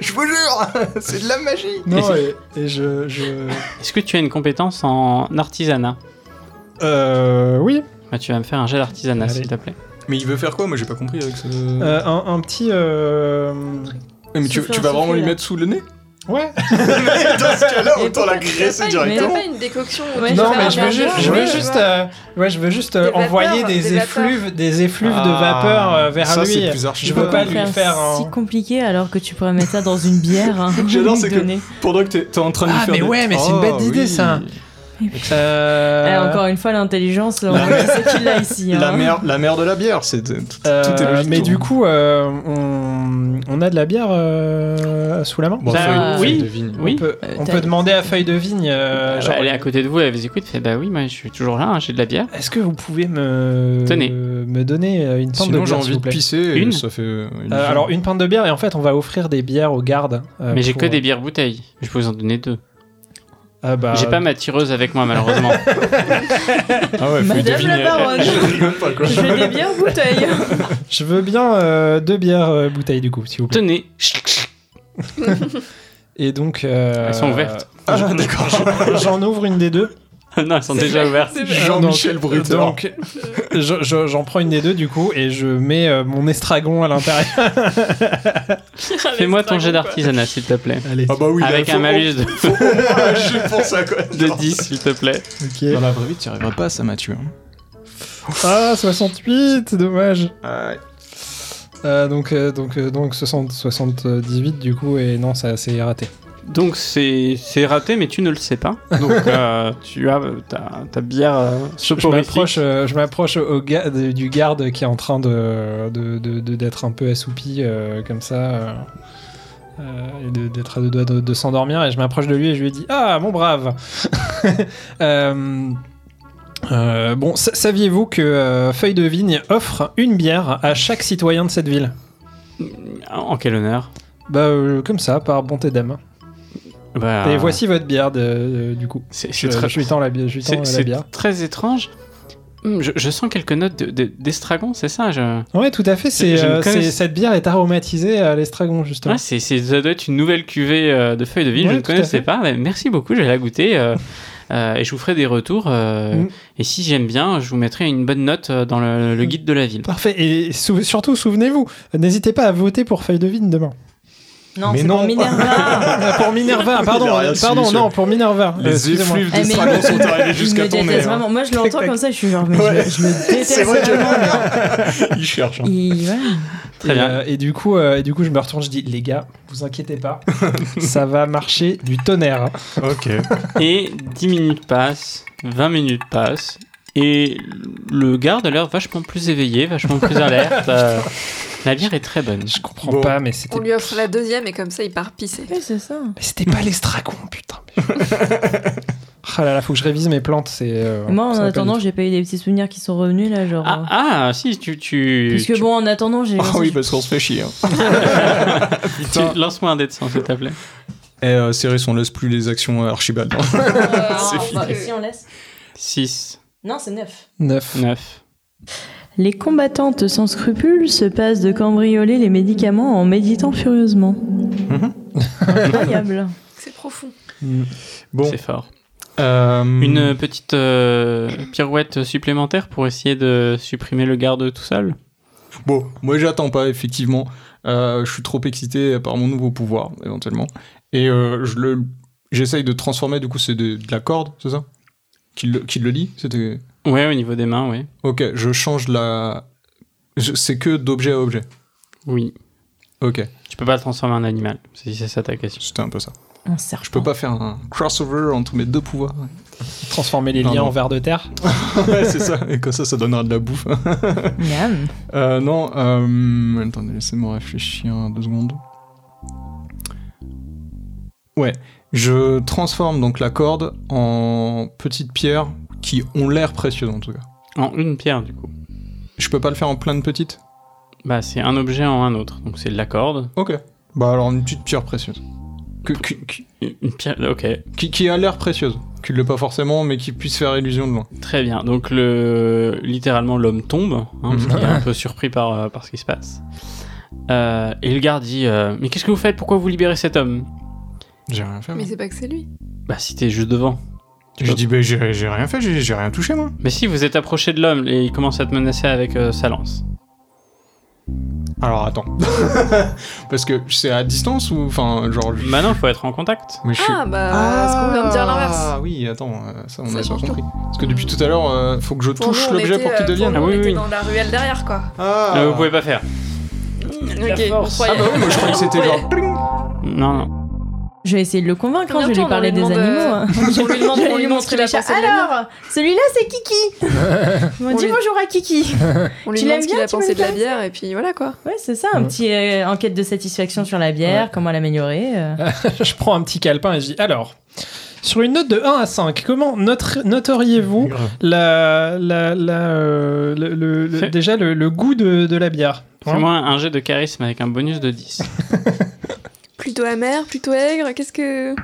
Speaker 1: Je vous jure C'est de la magie
Speaker 5: Non, et, et je, je-
Speaker 3: Est-ce que tu as une compétence en artisanat
Speaker 5: Euh, oui.
Speaker 3: Bah, Tu vas me faire un jet d'artisanat,
Speaker 5: Allez.
Speaker 3: s'il te plaît.
Speaker 1: Mais il veut faire quoi Moi, j'ai pas compris avec ce.
Speaker 5: Euh, un, un petit. euh,
Speaker 1: Eh, mais tu,
Speaker 4: souffle
Speaker 1: tu
Speaker 4: un
Speaker 1: vas vraiment
Speaker 4: souffle,
Speaker 1: lui
Speaker 4: là.
Speaker 1: mettre sous le nez
Speaker 5: Ouais.
Speaker 1: Mais dans ce cas-là,
Speaker 4: Et
Speaker 1: autant la
Speaker 4: pourquoi tu
Speaker 1: graisser
Speaker 4: fais pas une-
Speaker 2: Mais t'as
Speaker 1: directement
Speaker 2: pas une décoction
Speaker 4: Ouais,
Speaker 5: non,
Speaker 4: je vais
Speaker 5: mais je veux
Speaker 4: faire
Speaker 5: juste,
Speaker 4: un
Speaker 5: je veux
Speaker 4: verre,
Speaker 5: juste, euh, ouais, je veux juste euh,
Speaker 2: Des vapeurs,
Speaker 5: envoyer des,
Speaker 2: des vapeurs.
Speaker 5: effluves, des effluves de
Speaker 1: Ah,
Speaker 5: vapeur euh, vers
Speaker 1: ça,
Speaker 5: lui.
Speaker 1: c'est plus archi-
Speaker 5: Je veux
Speaker 1: peux
Speaker 5: pas
Speaker 4: le
Speaker 5: lui faire un.
Speaker 4: si compliqué alors que tu pourrais mettre ça dans une bière. hein,
Speaker 1: J'adore,
Speaker 4: lui
Speaker 1: c'est que-
Speaker 4: donner.
Speaker 1: Pendant que t'es t'es en train de
Speaker 5: Ah,
Speaker 1: lui faire
Speaker 5: mais
Speaker 1: des-
Speaker 5: ouais, mais c'est une
Speaker 1: Oh,
Speaker 5: bête d'idée,
Speaker 1: oui.
Speaker 5: ça.
Speaker 4: Eh,
Speaker 5: Euh,
Speaker 4: encore une fois, l'intelligence, on sait qu'il l'a ici.
Speaker 1: La
Speaker 4: hein.
Speaker 1: mère, la mère de la bière, c'est tout, tout est
Speaker 5: euh,
Speaker 1: logique.
Speaker 5: mais du coup, euh, on, on a de la bière euh, sous la main.
Speaker 1: Bon,
Speaker 3: Bah,
Speaker 1: feuille-
Speaker 3: oui.
Speaker 1: feuille de vigne.
Speaker 3: Oui.
Speaker 5: On peut,
Speaker 4: Euh,
Speaker 5: on
Speaker 4: t'as-
Speaker 5: peut demander à Feuille de Vigne. euh,
Speaker 3: Bah,
Speaker 5: genre,
Speaker 3: elle est à côté de vous, elle vous écoute, fait bah oui, moi je suis toujours là, hein, j'ai de la bière.
Speaker 5: Est-ce que vous pouvez me
Speaker 3: Tenez.
Speaker 5: me donner euh, une pinte de
Speaker 1: Sinon, j'ai
Speaker 5: bière s'il
Speaker 1: envie
Speaker 5: vous
Speaker 1: de
Speaker 5: plaît
Speaker 1: pisser. et
Speaker 3: Une
Speaker 1: ça fait. euh, une
Speaker 5: Euh,
Speaker 1: vigne.
Speaker 5: alors une pinte de bière et en fait on va offrir des bières aux gardes. euh,
Speaker 3: mais j'ai
Speaker 5: pour-
Speaker 3: que des bières bouteilles, je peux vous en donner deux.
Speaker 5: Ah bah,
Speaker 3: J'ai pas ma tireuse avec moi, malheureusement.
Speaker 1: Ah ouais, feuille de
Speaker 4: Madame
Speaker 1: vigne.
Speaker 4: la
Speaker 1: elle-
Speaker 4: baronne.
Speaker 1: elle rigole pas, quoi.
Speaker 4: Je vais des bières bouteilles.
Speaker 5: Je veux bien euh, deux bières euh, bouteilles du coup s'il vous plaît.
Speaker 3: Tenez,
Speaker 5: Et donc euh,
Speaker 3: Elles sont ouvertes.
Speaker 1: Ah, d'accord.
Speaker 5: J'en ouvre une des deux.
Speaker 3: non, elles sont déjà ouvertes.
Speaker 1: Jean-Michel Bruter.
Speaker 5: Donc je- je- j'en prends une des deux du coup et je mets euh, mon estragon à l'intérieur.
Speaker 3: Fais-moi ton jet d'artisanat, s'il te plaît.
Speaker 5: Allez.
Speaker 1: Ah bah oui,
Speaker 3: avec
Speaker 1: là,
Speaker 3: un
Speaker 1: faut-
Speaker 3: malus de,
Speaker 1: faut- Ouais, Je pense à quoi
Speaker 3: de 10, s'il te plaît.
Speaker 5: OK.
Speaker 1: Dans la vraie vie, tu arriveras pas à ça, Mathieu. hein.
Speaker 5: Ah 68, dommage.
Speaker 1: Ah,
Speaker 5: Euh, donc euh, donc euh, donc 60 78 du coup et non ça c'est raté.
Speaker 3: Donc c'est c'est raté, mais tu ne le sais pas. Donc euh, tu as euh, ta, ta bière euh,
Speaker 5: Je
Speaker 3: soporifique.
Speaker 5: m'approche, euh, je m'approche au ga- de- du garde qui est en train de, de- de- de- d'être un peu assoupi euh, comme ça, euh, euh, et de- d'être à deux doigts de, de s'endormir. Et je m'approche de lui et je lui dis Ah, mon brave Euh, euh, Bon, sa- saviez-vous que euh, Feuille de Vigne offre une bière à chaque citoyen de cette ville
Speaker 3: En quel honneur
Speaker 5: Bah, euh, comme ça, par bonté d'âme.
Speaker 3: Bah,
Speaker 5: Et voici votre bière, de- euh, du coup.
Speaker 3: C'est
Speaker 5: Je,
Speaker 3: c'est très,
Speaker 5: je lui tends la, bi- je lui tends
Speaker 3: c'est-
Speaker 5: la
Speaker 3: c'est
Speaker 5: bière.
Speaker 3: très étrange. Hum, Je, je sens quelques notes de- de- d'estragon, c'est ça je...
Speaker 5: Ouais, tout à fait. C'est,
Speaker 3: Je- je ne
Speaker 5: euh,
Speaker 3: connais- Ah,
Speaker 5: c'est- cette bière est aromatisée à l'estragon, justement.
Speaker 3: Ouais, c'est, c'est- ça doit être une nouvelle cuvée euh, de feuilles de vigne,
Speaker 5: Ouais,
Speaker 3: je ne
Speaker 5: tout à
Speaker 3: connaissais
Speaker 5: fait.
Speaker 3: pas. mais merci beaucoup, je vais la goûter euh, euh, et je vous ferai des retours. euh,
Speaker 5: Mm.
Speaker 3: Et si j'aime bien, je vous mettrai une bonne note euh, dans le, le guide de la ville.
Speaker 5: Parfait. Et sou- surtout, souvenez-vous, n'hésitez pas à voter pour Feuille de Vigne demain.
Speaker 4: Non,
Speaker 1: Mais
Speaker 4: c'est
Speaker 1: non.
Speaker 4: pour Minerva. Eh,
Speaker 5: Ah, pour Minerva, pardon,
Speaker 1: Il a rien
Speaker 5: pardon,
Speaker 1: suivi,
Speaker 5: non, pour Minerva. Euh,
Speaker 1: Les
Speaker 5: excusez-moi.
Speaker 1: effluves
Speaker 4: Eh, mais-
Speaker 1: d'estragon sont arrivés
Speaker 4: Il
Speaker 1: jusqu'à
Speaker 4: me
Speaker 1: ton nez.
Speaker 4: déteste
Speaker 1: hein.
Speaker 4: vraiment. Moi, je l'entends comme ça, je suis genre, mais je-
Speaker 1: Ouais.
Speaker 4: je, le déteste.
Speaker 1: C'est vrai que-
Speaker 4: vraiment, mais-
Speaker 1: Il cherche. hein.
Speaker 4: Il- voilà.
Speaker 3: Très
Speaker 5: et,
Speaker 3: bien.
Speaker 5: euh, et du coup, euh, et du coup, je me retourne, je dis, les gars, vous inquiétez pas, ça va marcher du tonnerre. hein.
Speaker 1: Ok.
Speaker 3: Et 10 minutes passent, 20 minutes passent, et le garde a l'air vachement plus éveillé, vachement plus alerte. euh, la bière est très bonne.
Speaker 5: Je comprends
Speaker 1: Bon.
Speaker 5: pas, mais c'était,
Speaker 2: On lui offre la deuxième et comme ça il part pisser.
Speaker 4: Oui, c'est ça.
Speaker 5: mais c'était pas l'estragon, putain. Ah là là, faut que je révise mes plantes. C'est. euh,
Speaker 4: Et moi, en
Speaker 5: ça va pas
Speaker 4: attendant,
Speaker 5: du
Speaker 4: j'ai pas eu des petits souvenirs qui sont revenus là, genre. euh,
Speaker 3: Ah, ah, si, tu. tu
Speaker 4: Parce que
Speaker 3: tu-
Speaker 4: bon, en attendant, j'ai.
Speaker 1: Ah oui, parce qu'on se fait chier. hein.
Speaker 3: tu- Lance-moi un dé de sang, s'il te plaît.
Speaker 1: Et euh, Cérus, on laisse plus les actions à Archibald. hein.
Speaker 4: c'est
Speaker 1: fini.
Speaker 4: Ah, bah, Si on laisse.
Speaker 3: 6,
Speaker 4: Non, c'est neuf.
Speaker 5: tout. Neuf.
Speaker 3: 9.
Speaker 4: Les combattantes sans scrupules se passent de cambrioler les médicaments en méditant furieusement. Incroyable.
Speaker 2: C'est profond.
Speaker 1: Bon,
Speaker 3: C'est fort.
Speaker 1: Euh,
Speaker 3: Une petite euh, pirouette supplémentaire pour essayer de supprimer le garde tout seul
Speaker 1: Bon, moi j'attends pas, effectivement. Euh, je suis trop excité par mon nouveau pouvoir, éventuellement. Et euh, je le- j'essaye de transformer, du coup, c'est de, de la corde, c'est ça qui le, qui le lie C'était.
Speaker 3: Ouais, au niveau des mains, ouais.
Speaker 1: Ok, je change la. je- C'est que d'objet à objet.
Speaker 3: Oui.
Speaker 1: Ok,
Speaker 3: Tu peux pas le transformer en animal, si c'est ça ta question.
Speaker 1: c'était un peu ça.
Speaker 4: Un serpent.
Speaker 1: Je peux pas faire un crossover entre mes deux pouvoirs.
Speaker 5: Transformer les liens
Speaker 1: Pardon.
Speaker 5: en vers de terre.
Speaker 1: ouais, c'est ça. Et comme ça, ça donnera de la bouffe.
Speaker 4: Miam.
Speaker 1: Euh, non, euh, attendez, laissez-moi réfléchir deux secondes. Ouais, je transforme donc la corde en petites pierres qui ont l'air précieuses en tout cas.
Speaker 3: En une pierre, du coup.
Speaker 1: Je peux pas le faire en plein de petites
Speaker 3: Bah, c'est un objet en un autre. Donc, c'est de la corde.
Speaker 1: Ok. Bah alors une petite pierre précieuse. Que- qui, qui-
Speaker 3: Une pierre, ok.
Speaker 1: qui- qui a l'air précieuse. Qui l'est pas forcément, mais qui puisse faire illusion de loin.
Speaker 3: Très bien. Donc, le... littéralement, l'homme tombe, hein, parce qu'il est un peu surpris par, euh, par ce qui se passe. Euh, et le garde dit euh, Mais qu'est-ce que vous faites Pourquoi vous libérez cet homme
Speaker 1: J'ai rien fait.
Speaker 2: Mais c'est pas que c'est lui.
Speaker 3: Bah, si t'es juste devant.
Speaker 1: Je dis, bah j'ai j'ai rien fait, j'ai j'ai rien touché moi.
Speaker 3: Mais si, vous êtes approché de l'homme et il commence à te menacer avec euh, sa lance.
Speaker 1: Alors attends. Parce que c'est à distance ou. Enfin, genre. je-
Speaker 3: Maintenant, il faut être en contact.
Speaker 1: Mais je suis-
Speaker 2: Ah bah, ce qu'on vient de dire l'inverse.
Speaker 1: Ah oui, attends, euh, ça on
Speaker 2: Ça
Speaker 1: a pas
Speaker 2: change
Speaker 1: compris. Parce que depuis tout à l'heure, euh, faut que je
Speaker 2: Pour nous,
Speaker 1: touche
Speaker 2: on
Speaker 1: l'objet
Speaker 2: était,
Speaker 1: pour qu'il
Speaker 2: euh,
Speaker 1: devienne.
Speaker 2: nous,
Speaker 3: Ah oui,
Speaker 2: on
Speaker 3: oui,
Speaker 2: était
Speaker 3: oui.
Speaker 2: dans la ruelle derrière, quoi.
Speaker 1: Ah,
Speaker 3: Euh, vous pouvez pas faire.
Speaker 2: ok, on croyait.
Speaker 1: Ah bah oui, moi je croyais que c'était genre.
Speaker 3: Non, non.
Speaker 4: Je vais essayer de le convaincre, hein, je
Speaker 2: Combien de
Speaker 4: vais
Speaker 2: temps
Speaker 4: lui
Speaker 2: on
Speaker 4: parler
Speaker 2: lui
Speaker 4: des
Speaker 2: demande, euh,
Speaker 4: animaux. hein.
Speaker 2: on lui demande-
Speaker 4: Je vais
Speaker 2: on lui montre
Speaker 4: montrer
Speaker 2: la
Speaker 4: les
Speaker 2: pensée
Speaker 4: chansons.
Speaker 2: de la
Speaker 4: Alors, celui-là c'est Kiki. Bon,
Speaker 2: On
Speaker 4: dis
Speaker 2: lui-
Speaker 4: bonjour à Kiki.
Speaker 2: On lui
Speaker 4: Tu
Speaker 2: demande
Speaker 4: l'aimes
Speaker 2: ce qu'il
Speaker 4: bien,
Speaker 2: a
Speaker 4: tu
Speaker 2: pensé
Speaker 4: veux
Speaker 2: de la
Speaker 4: le
Speaker 2: bière et puis voilà quoi.
Speaker 4: Ouais, c'est ça, un petit euh, enquête de satisfaction sur la bière,
Speaker 5: Ouais.
Speaker 4: comment l'améliorer. euh.
Speaker 5: je prends un petit calepin et je dis alors, sur une note de 1 à 5, comment noter- noteriez-vous la, la- la, euh, le- le- le-
Speaker 3: Fais-
Speaker 5: déjà le, le goût de, de la bière Hein
Speaker 3: Fais-moi un jet de charisme avec un bonus de 10.
Speaker 2: Plutôt amer, plutôt aigre, qu'est-ce que.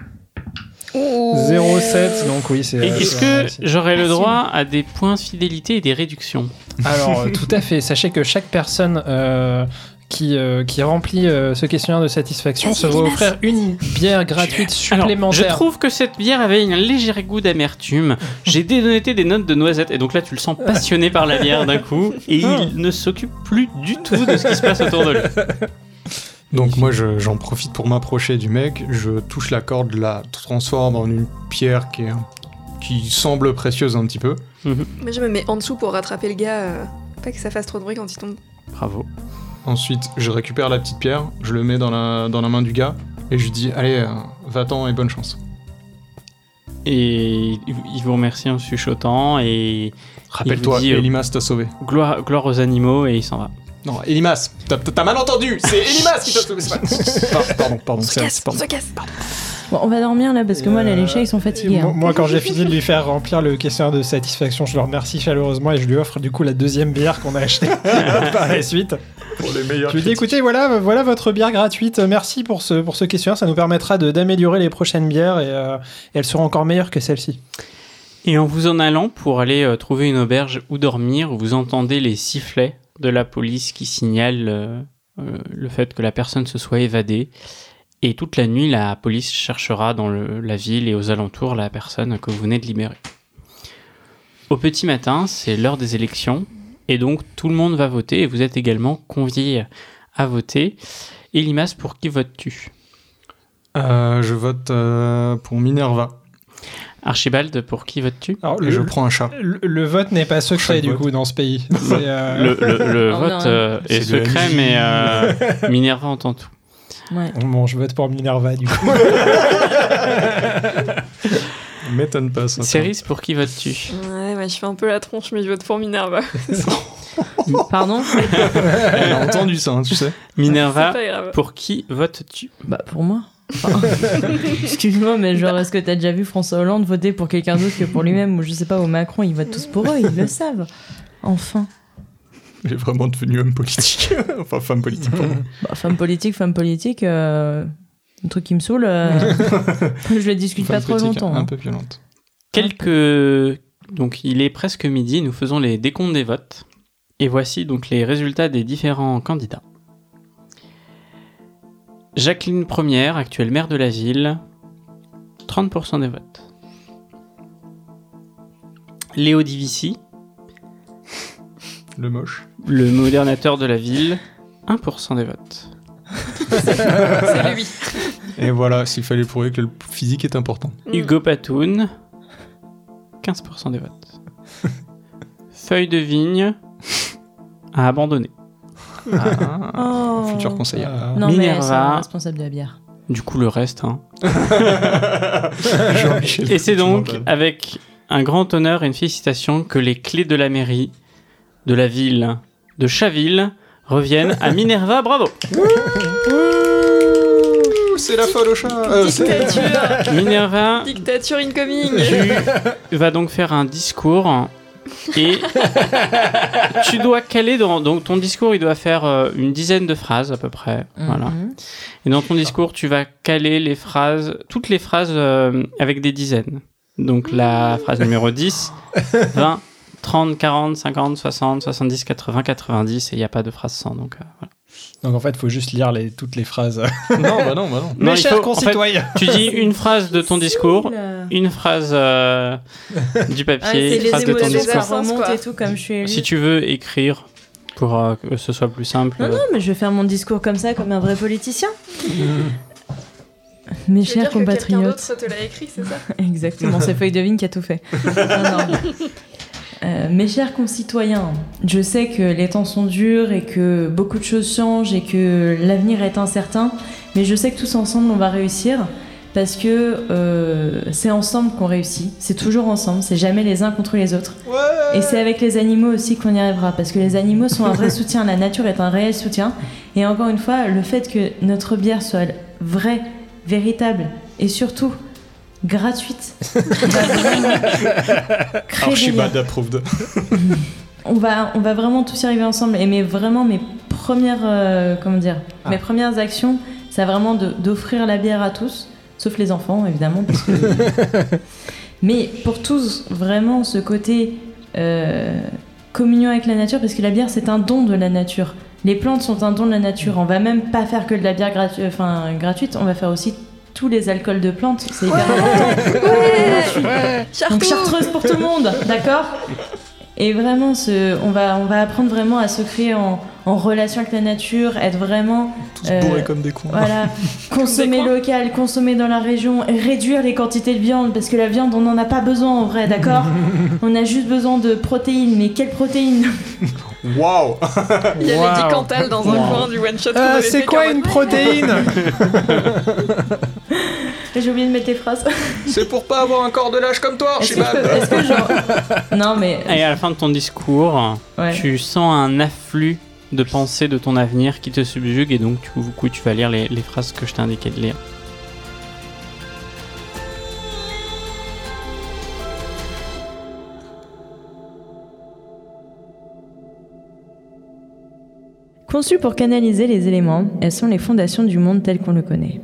Speaker 2: Oh.
Speaker 5: 0,7, donc oui, c'est.
Speaker 3: Et
Speaker 5: euh,
Speaker 3: Est-ce
Speaker 5: c'est-
Speaker 3: que j'aurai le droit à des points de fidélité et des réductions
Speaker 5: Alors, euh, tout à fait. Sachez que chaque personne euh, qui, euh, qui remplit euh, ce questionnaire de satisfaction se voit offrir une bière gratuite
Speaker 3: Alors, je
Speaker 5: supplémentaire.
Speaker 3: trouve que cette bière avait un léger goût d'amertume. J'ai dénoté des notes de noisettes et donc là, tu le sens passionné par la bière d'un coup et
Speaker 1: Ah.
Speaker 3: il ne s'occupe plus du tout de ce qui se passe autour de lui.
Speaker 1: Donc moi je- j'en profite pour m'approcher du mec, je touche la corde, la transforme en une pierre qui est un- qui semble précieuse un petit peu.
Speaker 2: Mais je me mets en dessous pour rattraper le gars. euh, Pas que ça fasse trop de bruit quand il tombe.
Speaker 3: Bravo.
Speaker 1: Ensuite, je récupère la petite pierre, je le mets dans la, dans la main du gars et je lui dis allez, euh, va-t'en et bonne chance.
Speaker 3: Et il vous remercie en chuchotant et
Speaker 1: Rappelle-toi,
Speaker 3: dit, euh,
Speaker 1: Elimas t'a sauvé.
Speaker 3: gloire, gloire aux animaux et il s'en va.
Speaker 1: Non, Elimas, t'as- t'as mal entendu, c'est Elimas qui t'a sauvé. c'est pas- Ah, Pardon, pardon,
Speaker 2: On se
Speaker 1: c'est
Speaker 2: casse,
Speaker 1: c'est
Speaker 2: on
Speaker 1: pardon.
Speaker 2: se casse.
Speaker 4: Bon, on va dormir là parce que
Speaker 5: Et
Speaker 4: moi, là,
Speaker 5: euh,
Speaker 4: les chats ils sont fatigués. hein.
Speaker 5: Moi, quand j'ai fini de lui faire remplir le questionnaire de satisfaction, je le remercie chaleureusement et je lui offre du coup la deuxième bière qu'on a achetée par la suite.
Speaker 1: Pour les meilleurs
Speaker 5: Je lui dis écoutez, voilà, voilà votre bière gratuite. Merci pour ce, pour ce questionnaire. Ça nous permettra de- d'améliorer les prochaines bières et, euh, et elles seront encore meilleures que celle-ci.
Speaker 3: Et en vous en allant pour aller euh, trouver une auberge ou dormir, vous entendez les sifflets de la police qui signalent euh, euh, le fait que la personne se soit évadée. Et toute la nuit, la police cherchera dans le- la ville et aux alentours la personne que vous venez de libérer. Au petit matin, c'est l'heure des élections. Et donc, tout le monde va voter et vous êtes également conviés à voter. Et Limas, pour qui votes-tu
Speaker 1: Euh, je vote euh, pour Minerva.
Speaker 3: Archibald, pour qui votes-tu
Speaker 5: Alors,
Speaker 1: Et
Speaker 5: le,
Speaker 1: je prends un chat.
Speaker 5: le- le vote n'est pas secret
Speaker 1: Chaque
Speaker 5: du
Speaker 1: vote.
Speaker 5: coup dans ce pays. C'est, euh,
Speaker 3: Le, le- le
Speaker 4: Oh
Speaker 3: vote
Speaker 4: non.
Speaker 3: euh, est
Speaker 1: C'est le
Speaker 3: secret,
Speaker 1: MJ.
Speaker 3: mais euh, Minerva entend tout.
Speaker 4: Ouais.
Speaker 5: Bon, je vote pour Minerva du coup.
Speaker 1: M'étonne pas ça.
Speaker 3: Céris, pour qui votes-tu
Speaker 2: Ouais, ouais, je fais un peu la tronche, mais je vote pour bah, Minerva.
Speaker 4: Pardon
Speaker 1: Elle a entendu ça, hein, tu sais.
Speaker 2: Ah, C'est
Speaker 3: Minerva,
Speaker 2: pas grave.
Speaker 3: pour qui votes-tu
Speaker 4: Bah, pour moi. Enfin, Excuse-moi, mais genre, est-ce que t'as déjà vu François Hollande voter pour quelqu'un d'autre que pour lui-même Ou je sais pas, au Macron, ils votent tous pour eux, ils le savent. Enfin.
Speaker 1: J'ai vraiment devenu homme politique. enfin, femme politique pour moi.
Speaker 4: Bah, femme politique, femme politique, euh, un truc qui me saoule, euh, je le discute
Speaker 1: Femme
Speaker 4: pas trop
Speaker 1: politique,
Speaker 4: longtemps.
Speaker 1: Un
Speaker 4: hein.
Speaker 1: peu violente.
Speaker 3: Quelques. Donc, il est presque midi, nous faisons les décomptes des votes. Et voici donc les résultats des différents candidats. Jacqueline Première, actuelle maire de la ville, 30% des votes. Léo Divici,
Speaker 1: Le moche.
Speaker 3: le modernateur de la ville, 1% des votes.
Speaker 2: C'est lui.
Speaker 1: Et voilà, s'il fallait prouver que le physique est important.
Speaker 2: Mm.
Speaker 3: Hugo Patoun, 15% des votes. Feuille de vigne, à abandonner.
Speaker 1: Ah,
Speaker 4: Oh.
Speaker 1: futur conseiller.
Speaker 5: Euh,
Speaker 4: Non, mais c'est
Speaker 3: Minerva.
Speaker 4: le responsable de la bière.
Speaker 3: Du coup, le reste. Hein.
Speaker 1: Jean-Michel
Speaker 3: Et c'est donc
Speaker 1: Petit Mandal.
Speaker 3: avec un grand honneur et une félicitation que les clés de la mairie, de la ville, de Chaville reviennent à Minerva. Bravo
Speaker 1: Ouh, C'est la folle au chat. Euh, c'est-
Speaker 2: Dictature.
Speaker 3: Minerva
Speaker 2: Dictature incoming.
Speaker 3: tu vas donc faire un discours et tu dois caler dans donc ton discours il doit faire euh, une dizaine de phrases à peu près voilà
Speaker 4: Mhm.
Speaker 3: et dans ton discours tu vas caler les phrases toutes les phrases euh, avec des dizaines donc la phrase numéro 10 20 30 40 50 60 70 80 90 et il n'y a pas de phrase 100 donc euh, voilà.
Speaker 5: Donc en fait, il faut juste lire les, toutes les phrases.
Speaker 1: Non, bah non, bah non.
Speaker 3: Non,
Speaker 5: Mes
Speaker 3: il
Speaker 5: chers
Speaker 3: faut- en fait,
Speaker 5: concitoyens
Speaker 3: tu dis une phrase de ton discours une phrase euh, du
Speaker 4: Ah, c'est
Speaker 3: papier une
Speaker 4: les
Speaker 3: phrase de ton
Speaker 4: émotions,
Speaker 3: discours
Speaker 4: ça
Speaker 2: discours.
Speaker 4: remonte et tout, comme je suis élue.
Speaker 3: Ah, Si tu veux écrire pour euh, que ce soit plus simple. euh,
Speaker 4: Non, non, mais je vais faire mon discours comme ça, comme un vrai politicien.
Speaker 3: Mm.
Speaker 2: Tu
Speaker 4: Mes
Speaker 2: veux dire
Speaker 4: chers
Speaker 2: que quelqu'un
Speaker 4: compatriotes.
Speaker 2: d'autre te l'a écrit, c'est ça
Speaker 4: Exactement, c'est Feuille de Vigne qui a tout fait. Non, non. Euh, mes chers concitoyens, je sais que les temps sont durs et que beaucoup de choses changent et que l'avenir est incertain, mais je sais que tous ensemble on va réussir parce que euh, c'est ensemble qu'on réussit, c'est toujours ensemble, c'est jamais les uns contre les autres. et c'est avec les animaux aussi qu'on y arrivera parce que les animaux sont un vrai soutien, la nature est un réel soutien. Et encore une fois, le fait que notre bière soit vraie, véritable et surtout gratuite. va vraiment
Speaker 1: Ah,
Speaker 4: créer des liens.
Speaker 1: Archibald approved.
Speaker 4: on va, on va vraiment tous y arriver ensemble. Et mes, vraiment, mes premières, euh, comment dire, mes premières actions, c'est vraiment de- d'offrir la bière à tous, sauf les enfants, évidemment. Parce que... Mais pour tous, vraiment, ce côté euh, communion avec la nature, parce que la bière, c'est un don de la nature. Les plantes sont un don de la nature. On va même pas faire que de la bière gratu- enfin, gratuite, on va faire aussi tous les alcools de plantes. C'est hyper
Speaker 2: Ouais
Speaker 4: donc
Speaker 2: Chartreux.
Speaker 4: chartreuse pour tout le monde, d'accord Et vraiment, ce, on, va, on va apprendre vraiment à se créer en, en relation avec la nature, être vraiment,
Speaker 1: Tous
Speaker 4: Euh,
Speaker 1: bourrés comme des cons.
Speaker 4: voilà, consommer local, consommer dans la région, et réduire les quantités de viande, parce que la viande, on n'en a pas besoin en vrai, d'accord On a juste besoin de protéines, mais quelles protéines
Speaker 1: Waouh
Speaker 2: Il y avait dit Cantal dans un coin du one shot. qu'on avait fait,
Speaker 5: Euh, C'est quoi
Speaker 2: qu'en
Speaker 5: une
Speaker 2: mode,
Speaker 5: protéine
Speaker 4: J'ai oublié de mettre les phrases.
Speaker 1: C'est pour pas avoir un corps de lâche comme toi,
Speaker 4: Est-ce que, je
Speaker 1: Archibald
Speaker 4: peux- est-ce que genre... Non, mais...
Speaker 3: Et à la fin de ton discours,
Speaker 4: ouais.
Speaker 3: tu sens un afflux de pensées de ton avenir qui te subjugue et donc du coup tu vas lire les, les phrases que je t'ai indiqué de lire.
Speaker 4: Conçues pour canaliser les éléments, elles sont les fondations du monde tel qu'on le connaît.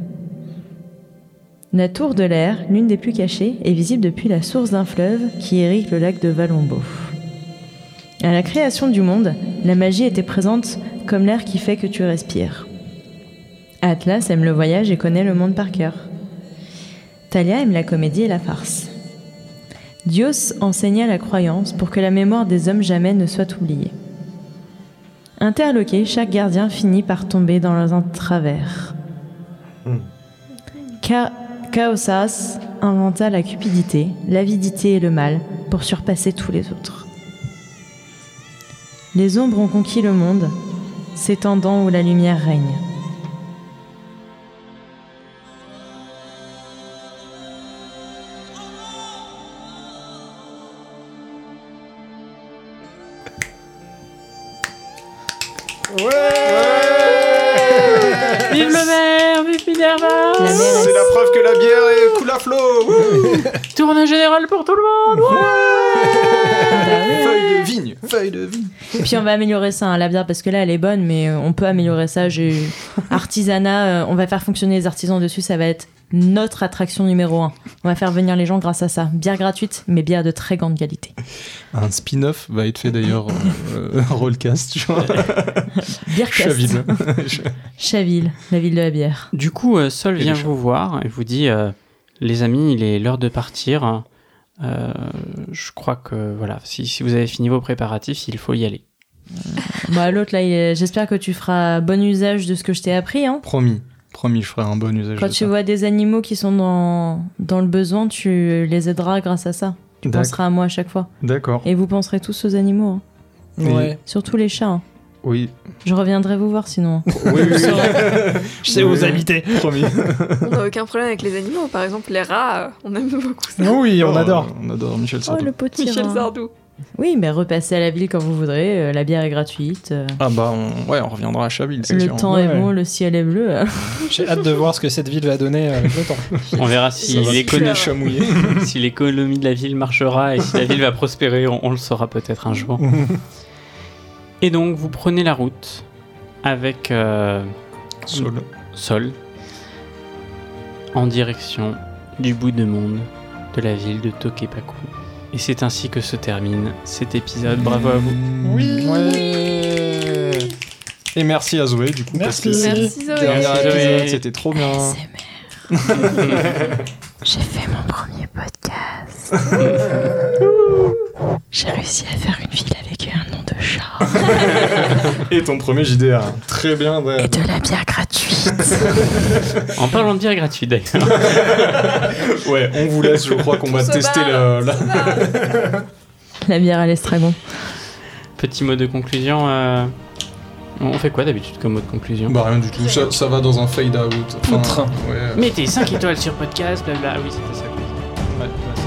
Speaker 4: La tour de l'air, l'une des plus cachées, est visible depuis la source d'un fleuve qui irrigue le lac de Valombo. À la création du monde, la magie était présente comme l'air qui fait que tu respires. Atlas aime le voyage et connaît le monde par cœur. Talia aime la comédie et la farce. Dios enseigna la croyance pour que la mémoire des hommes jamais ne soit oubliée. Interloqué, chaque gardien finit par tomber dans un travers. Ka- Kaosas inventa la cupidité, l'avidité et le mal pour surpasser tous les autres. Les ombres ont conquis le monde, s'étendant où la lumière règne.
Speaker 3: Vive le maire, vive Minerva
Speaker 4: La mairesse-
Speaker 1: C'est la preuve que la bière est coule à flot Wouh
Speaker 3: Tournée générale pour tout le monde
Speaker 1: Ah bah Feuille de vigne Feuille de vigne
Speaker 4: Puis on va améliorer ça, hein, la bière, parce que là elle est bonne, mais euh, on peut améliorer ça. J'ai artisanat, euh, on va faire fonctionner les artisans dessus, ça va être notre attraction numéro un. On va faire venir les gens grâce à ça. Bière gratuite, mais bière de très grande qualité.
Speaker 1: Un spin-off va être fait d'ailleurs, euh, euh, Rollcast, tu vois.
Speaker 4: Bière cast.
Speaker 1: Chaville.
Speaker 4: Chaville, la ville de la bière.
Speaker 3: Du coup, euh, Sol
Speaker 1: Et
Speaker 3: vient
Speaker 1: les chats.
Speaker 3: vous voir et vous dit euh, Les amis, il est l'heure de partir. Euh, je crois que voilà, si, si vous avez fini vos préparatifs, il faut y aller.
Speaker 4: Bah, l'autre, là, il est- j'espère que tu feras bon usage de ce que je t'ai appris. Hein.
Speaker 1: Promis, promis, je ferai un bon usage
Speaker 4: Quand
Speaker 1: de
Speaker 4: tu
Speaker 1: ça.
Speaker 4: vois des animaux qui sont dans, dans le besoin, tu les aideras grâce à ça. Tu
Speaker 1: D'ac-
Speaker 4: penseras à moi à chaque fois.
Speaker 1: D'accord.
Speaker 4: Et vous penserez tous aux animaux, hein.
Speaker 1: Oui.
Speaker 5: Ouais.
Speaker 4: surtout les chats. hein.
Speaker 1: Oui.
Speaker 4: Je reviendrai vous voir sinon.
Speaker 1: Oui, oui, oui.
Speaker 5: Je sais
Speaker 1: Oui,
Speaker 5: où
Speaker 1: oui.
Speaker 5: habiter.
Speaker 1: promis.
Speaker 2: On n'a aucun problème avec les animaux. Par exemple, les rats, euh, on aime beaucoup ça.
Speaker 5: Oui, on
Speaker 1: Oh,
Speaker 5: adore.
Speaker 1: On adore Michel
Speaker 4: Oh
Speaker 1: Sardou.
Speaker 4: le petit
Speaker 2: Michel
Speaker 4: rat.
Speaker 2: Sardou.
Speaker 4: Oui, mais repassez à la ville quand vous voudrez. euh, la bière est gratuite. euh,
Speaker 1: Ah bah on... ouais, on reviendra à Chaville, c'est
Speaker 4: le
Speaker 1: sûr.
Speaker 4: temps
Speaker 5: Ouais.
Speaker 4: est bon, le ciel est bleu.
Speaker 5: J'ai hâte de voir ce que cette ville va donner euh, avec le temps.
Speaker 3: On verra si
Speaker 2: Ça va.
Speaker 3: l'économie,
Speaker 1: Chamouillé.
Speaker 3: si l'économie de la ville marchera et si la ville va prospérer, on, on le saura peut-être un jour. Et donc vous prenez la route avec euh,
Speaker 1: Sol.
Speaker 3: Sol en direction du bout de monde de la ville de Tokepaku. Et c'est ainsi que se termine cet épisode. Bravo à vous.
Speaker 5: Oui.
Speaker 1: Ouais. Et merci à Zoé du coup.
Speaker 5: Mm, Merci.
Speaker 1: parce que c'est-
Speaker 2: Merci Zoé.
Speaker 1: Dernier
Speaker 3: Merci, Zoé.
Speaker 1: épisode, c'était trop bien.
Speaker 8: J'ai fait mon premier podcast. J'ai réussi à faire une ville avec un nom de chat
Speaker 1: Et ton premier JDR. Très bien. ouais.
Speaker 8: et de la bière gratuite.
Speaker 3: En parlant de bière gratuite d'ailleurs.
Speaker 1: Ouais, on vous laisse, je crois qu'on va
Speaker 2: se
Speaker 1: tester
Speaker 2: barre.
Speaker 1: le- la...
Speaker 4: la bière à l'estragon.
Speaker 3: Petit mot de conclusion. euh, On fait quoi d'habitude comme mot de conclusion
Speaker 1: Bah rien du tout, ça, ça va dans un fade out.
Speaker 5: Poutre.
Speaker 1: ouais.
Speaker 3: Mettez 5 étoiles sur podcast, blabla. Ah Oui, c'était ça. oui. Ouais, ouais, c'est-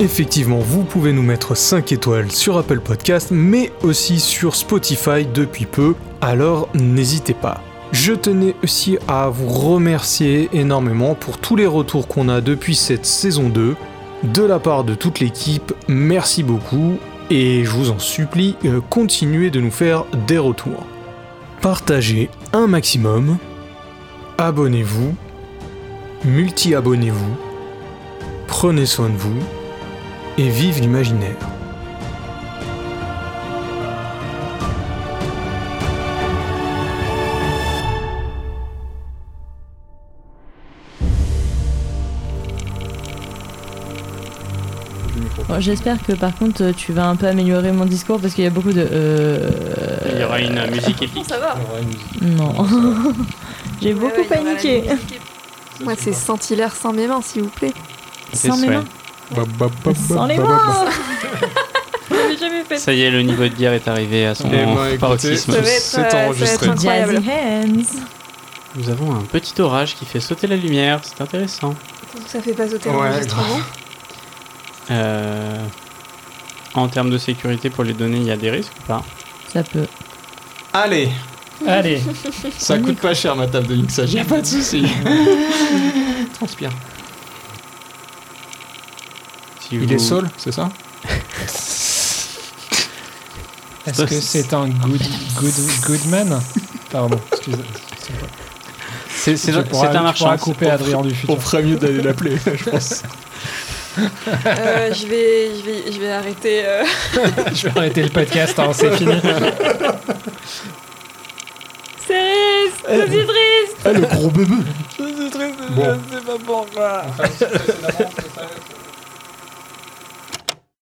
Speaker 9: Effectivement, vous pouvez nous mettre 5 étoiles sur Apple Podcast, mais aussi sur Spotify depuis peu, alors n'hésitez pas. Je tenais aussi à vous remercier énormément pour tous les retours qu'on a depuis cette saison 2. De la part de toute l'équipe, merci beaucoup et je vous en supplie, euh, continuez de nous faire des retours. Partagez un maximum, abonnez-vous, multi-abonnez-vous, prenez soin de vous et vive l'imaginaire.
Speaker 4: Bon, J'espère que par contre tu vas un peu améliorer mon discours parce qu'il y a beaucoup de. euh,
Speaker 3: Il y aura une euh, musique épique.
Speaker 2: Non, ça va.
Speaker 4: Non. J'ai beaucoup
Speaker 2: Ouais, ouais, il y aura la
Speaker 4: paniqué.
Speaker 2: musique. Moi, c'est Saint-Hilaire, Saint-Mes mains, s'il vous plaît.
Speaker 3: C'est
Speaker 4: Sans mes
Speaker 3: souhait.
Speaker 4: mains. Sans les mains. J'avais jamais fait
Speaker 3: Ça y est, le niveau de bière est arrivé à son
Speaker 1: Eh ben, écoutez,
Speaker 3: paroxysme.
Speaker 2: Ça va être,
Speaker 1: C'est
Speaker 2: euh, ça va
Speaker 1: enregistré.
Speaker 2: être
Speaker 4: ça.
Speaker 2: incroyable.
Speaker 4: Jazzy hands.
Speaker 3: Nous avons un petit orage qui fait sauter la lumière, c'est intéressant.
Speaker 2: Ça fait pas sauter
Speaker 1: Ouais,
Speaker 2: l'enregistrement.
Speaker 3: Euh, En termes de sécurité pour les données, il y a des risques ou pas
Speaker 4: Ça peut.
Speaker 1: Allez,
Speaker 5: Allez,
Speaker 1: ça coûte pas cher ma table de mixage, y a pas de souci. Transpire.
Speaker 3: Si
Speaker 1: Il
Speaker 3: vous-
Speaker 1: est sol, c'est ça
Speaker 5: est-ce que c'est un good, good, good man Pardon, excusez.
Speaker 3: C'est c'est-
Speaker 5: Tu
Speaker 3: c'est
Speaker 5: pourras-
Speaker 3: un
Speaker 5: Tu
Speaker 3: marchand.
Speaker 5: pourras couper Adrien du futur.
Speaker 1: On ferait mieux d'aller l'appeler, je pense.
Speaker 2: Euh, je vais, je vais, je vais arrêter. euh,
Speaker 5: Je vais arrêter le podcast, hein, c'est fini.
Speaker 4: C'est triste.
Speaker 1: Ah, le gros bébé
Speaker 5: Je suis triste,
Speaker 1: Bon.
Speaker 5: sais pas pourquoi.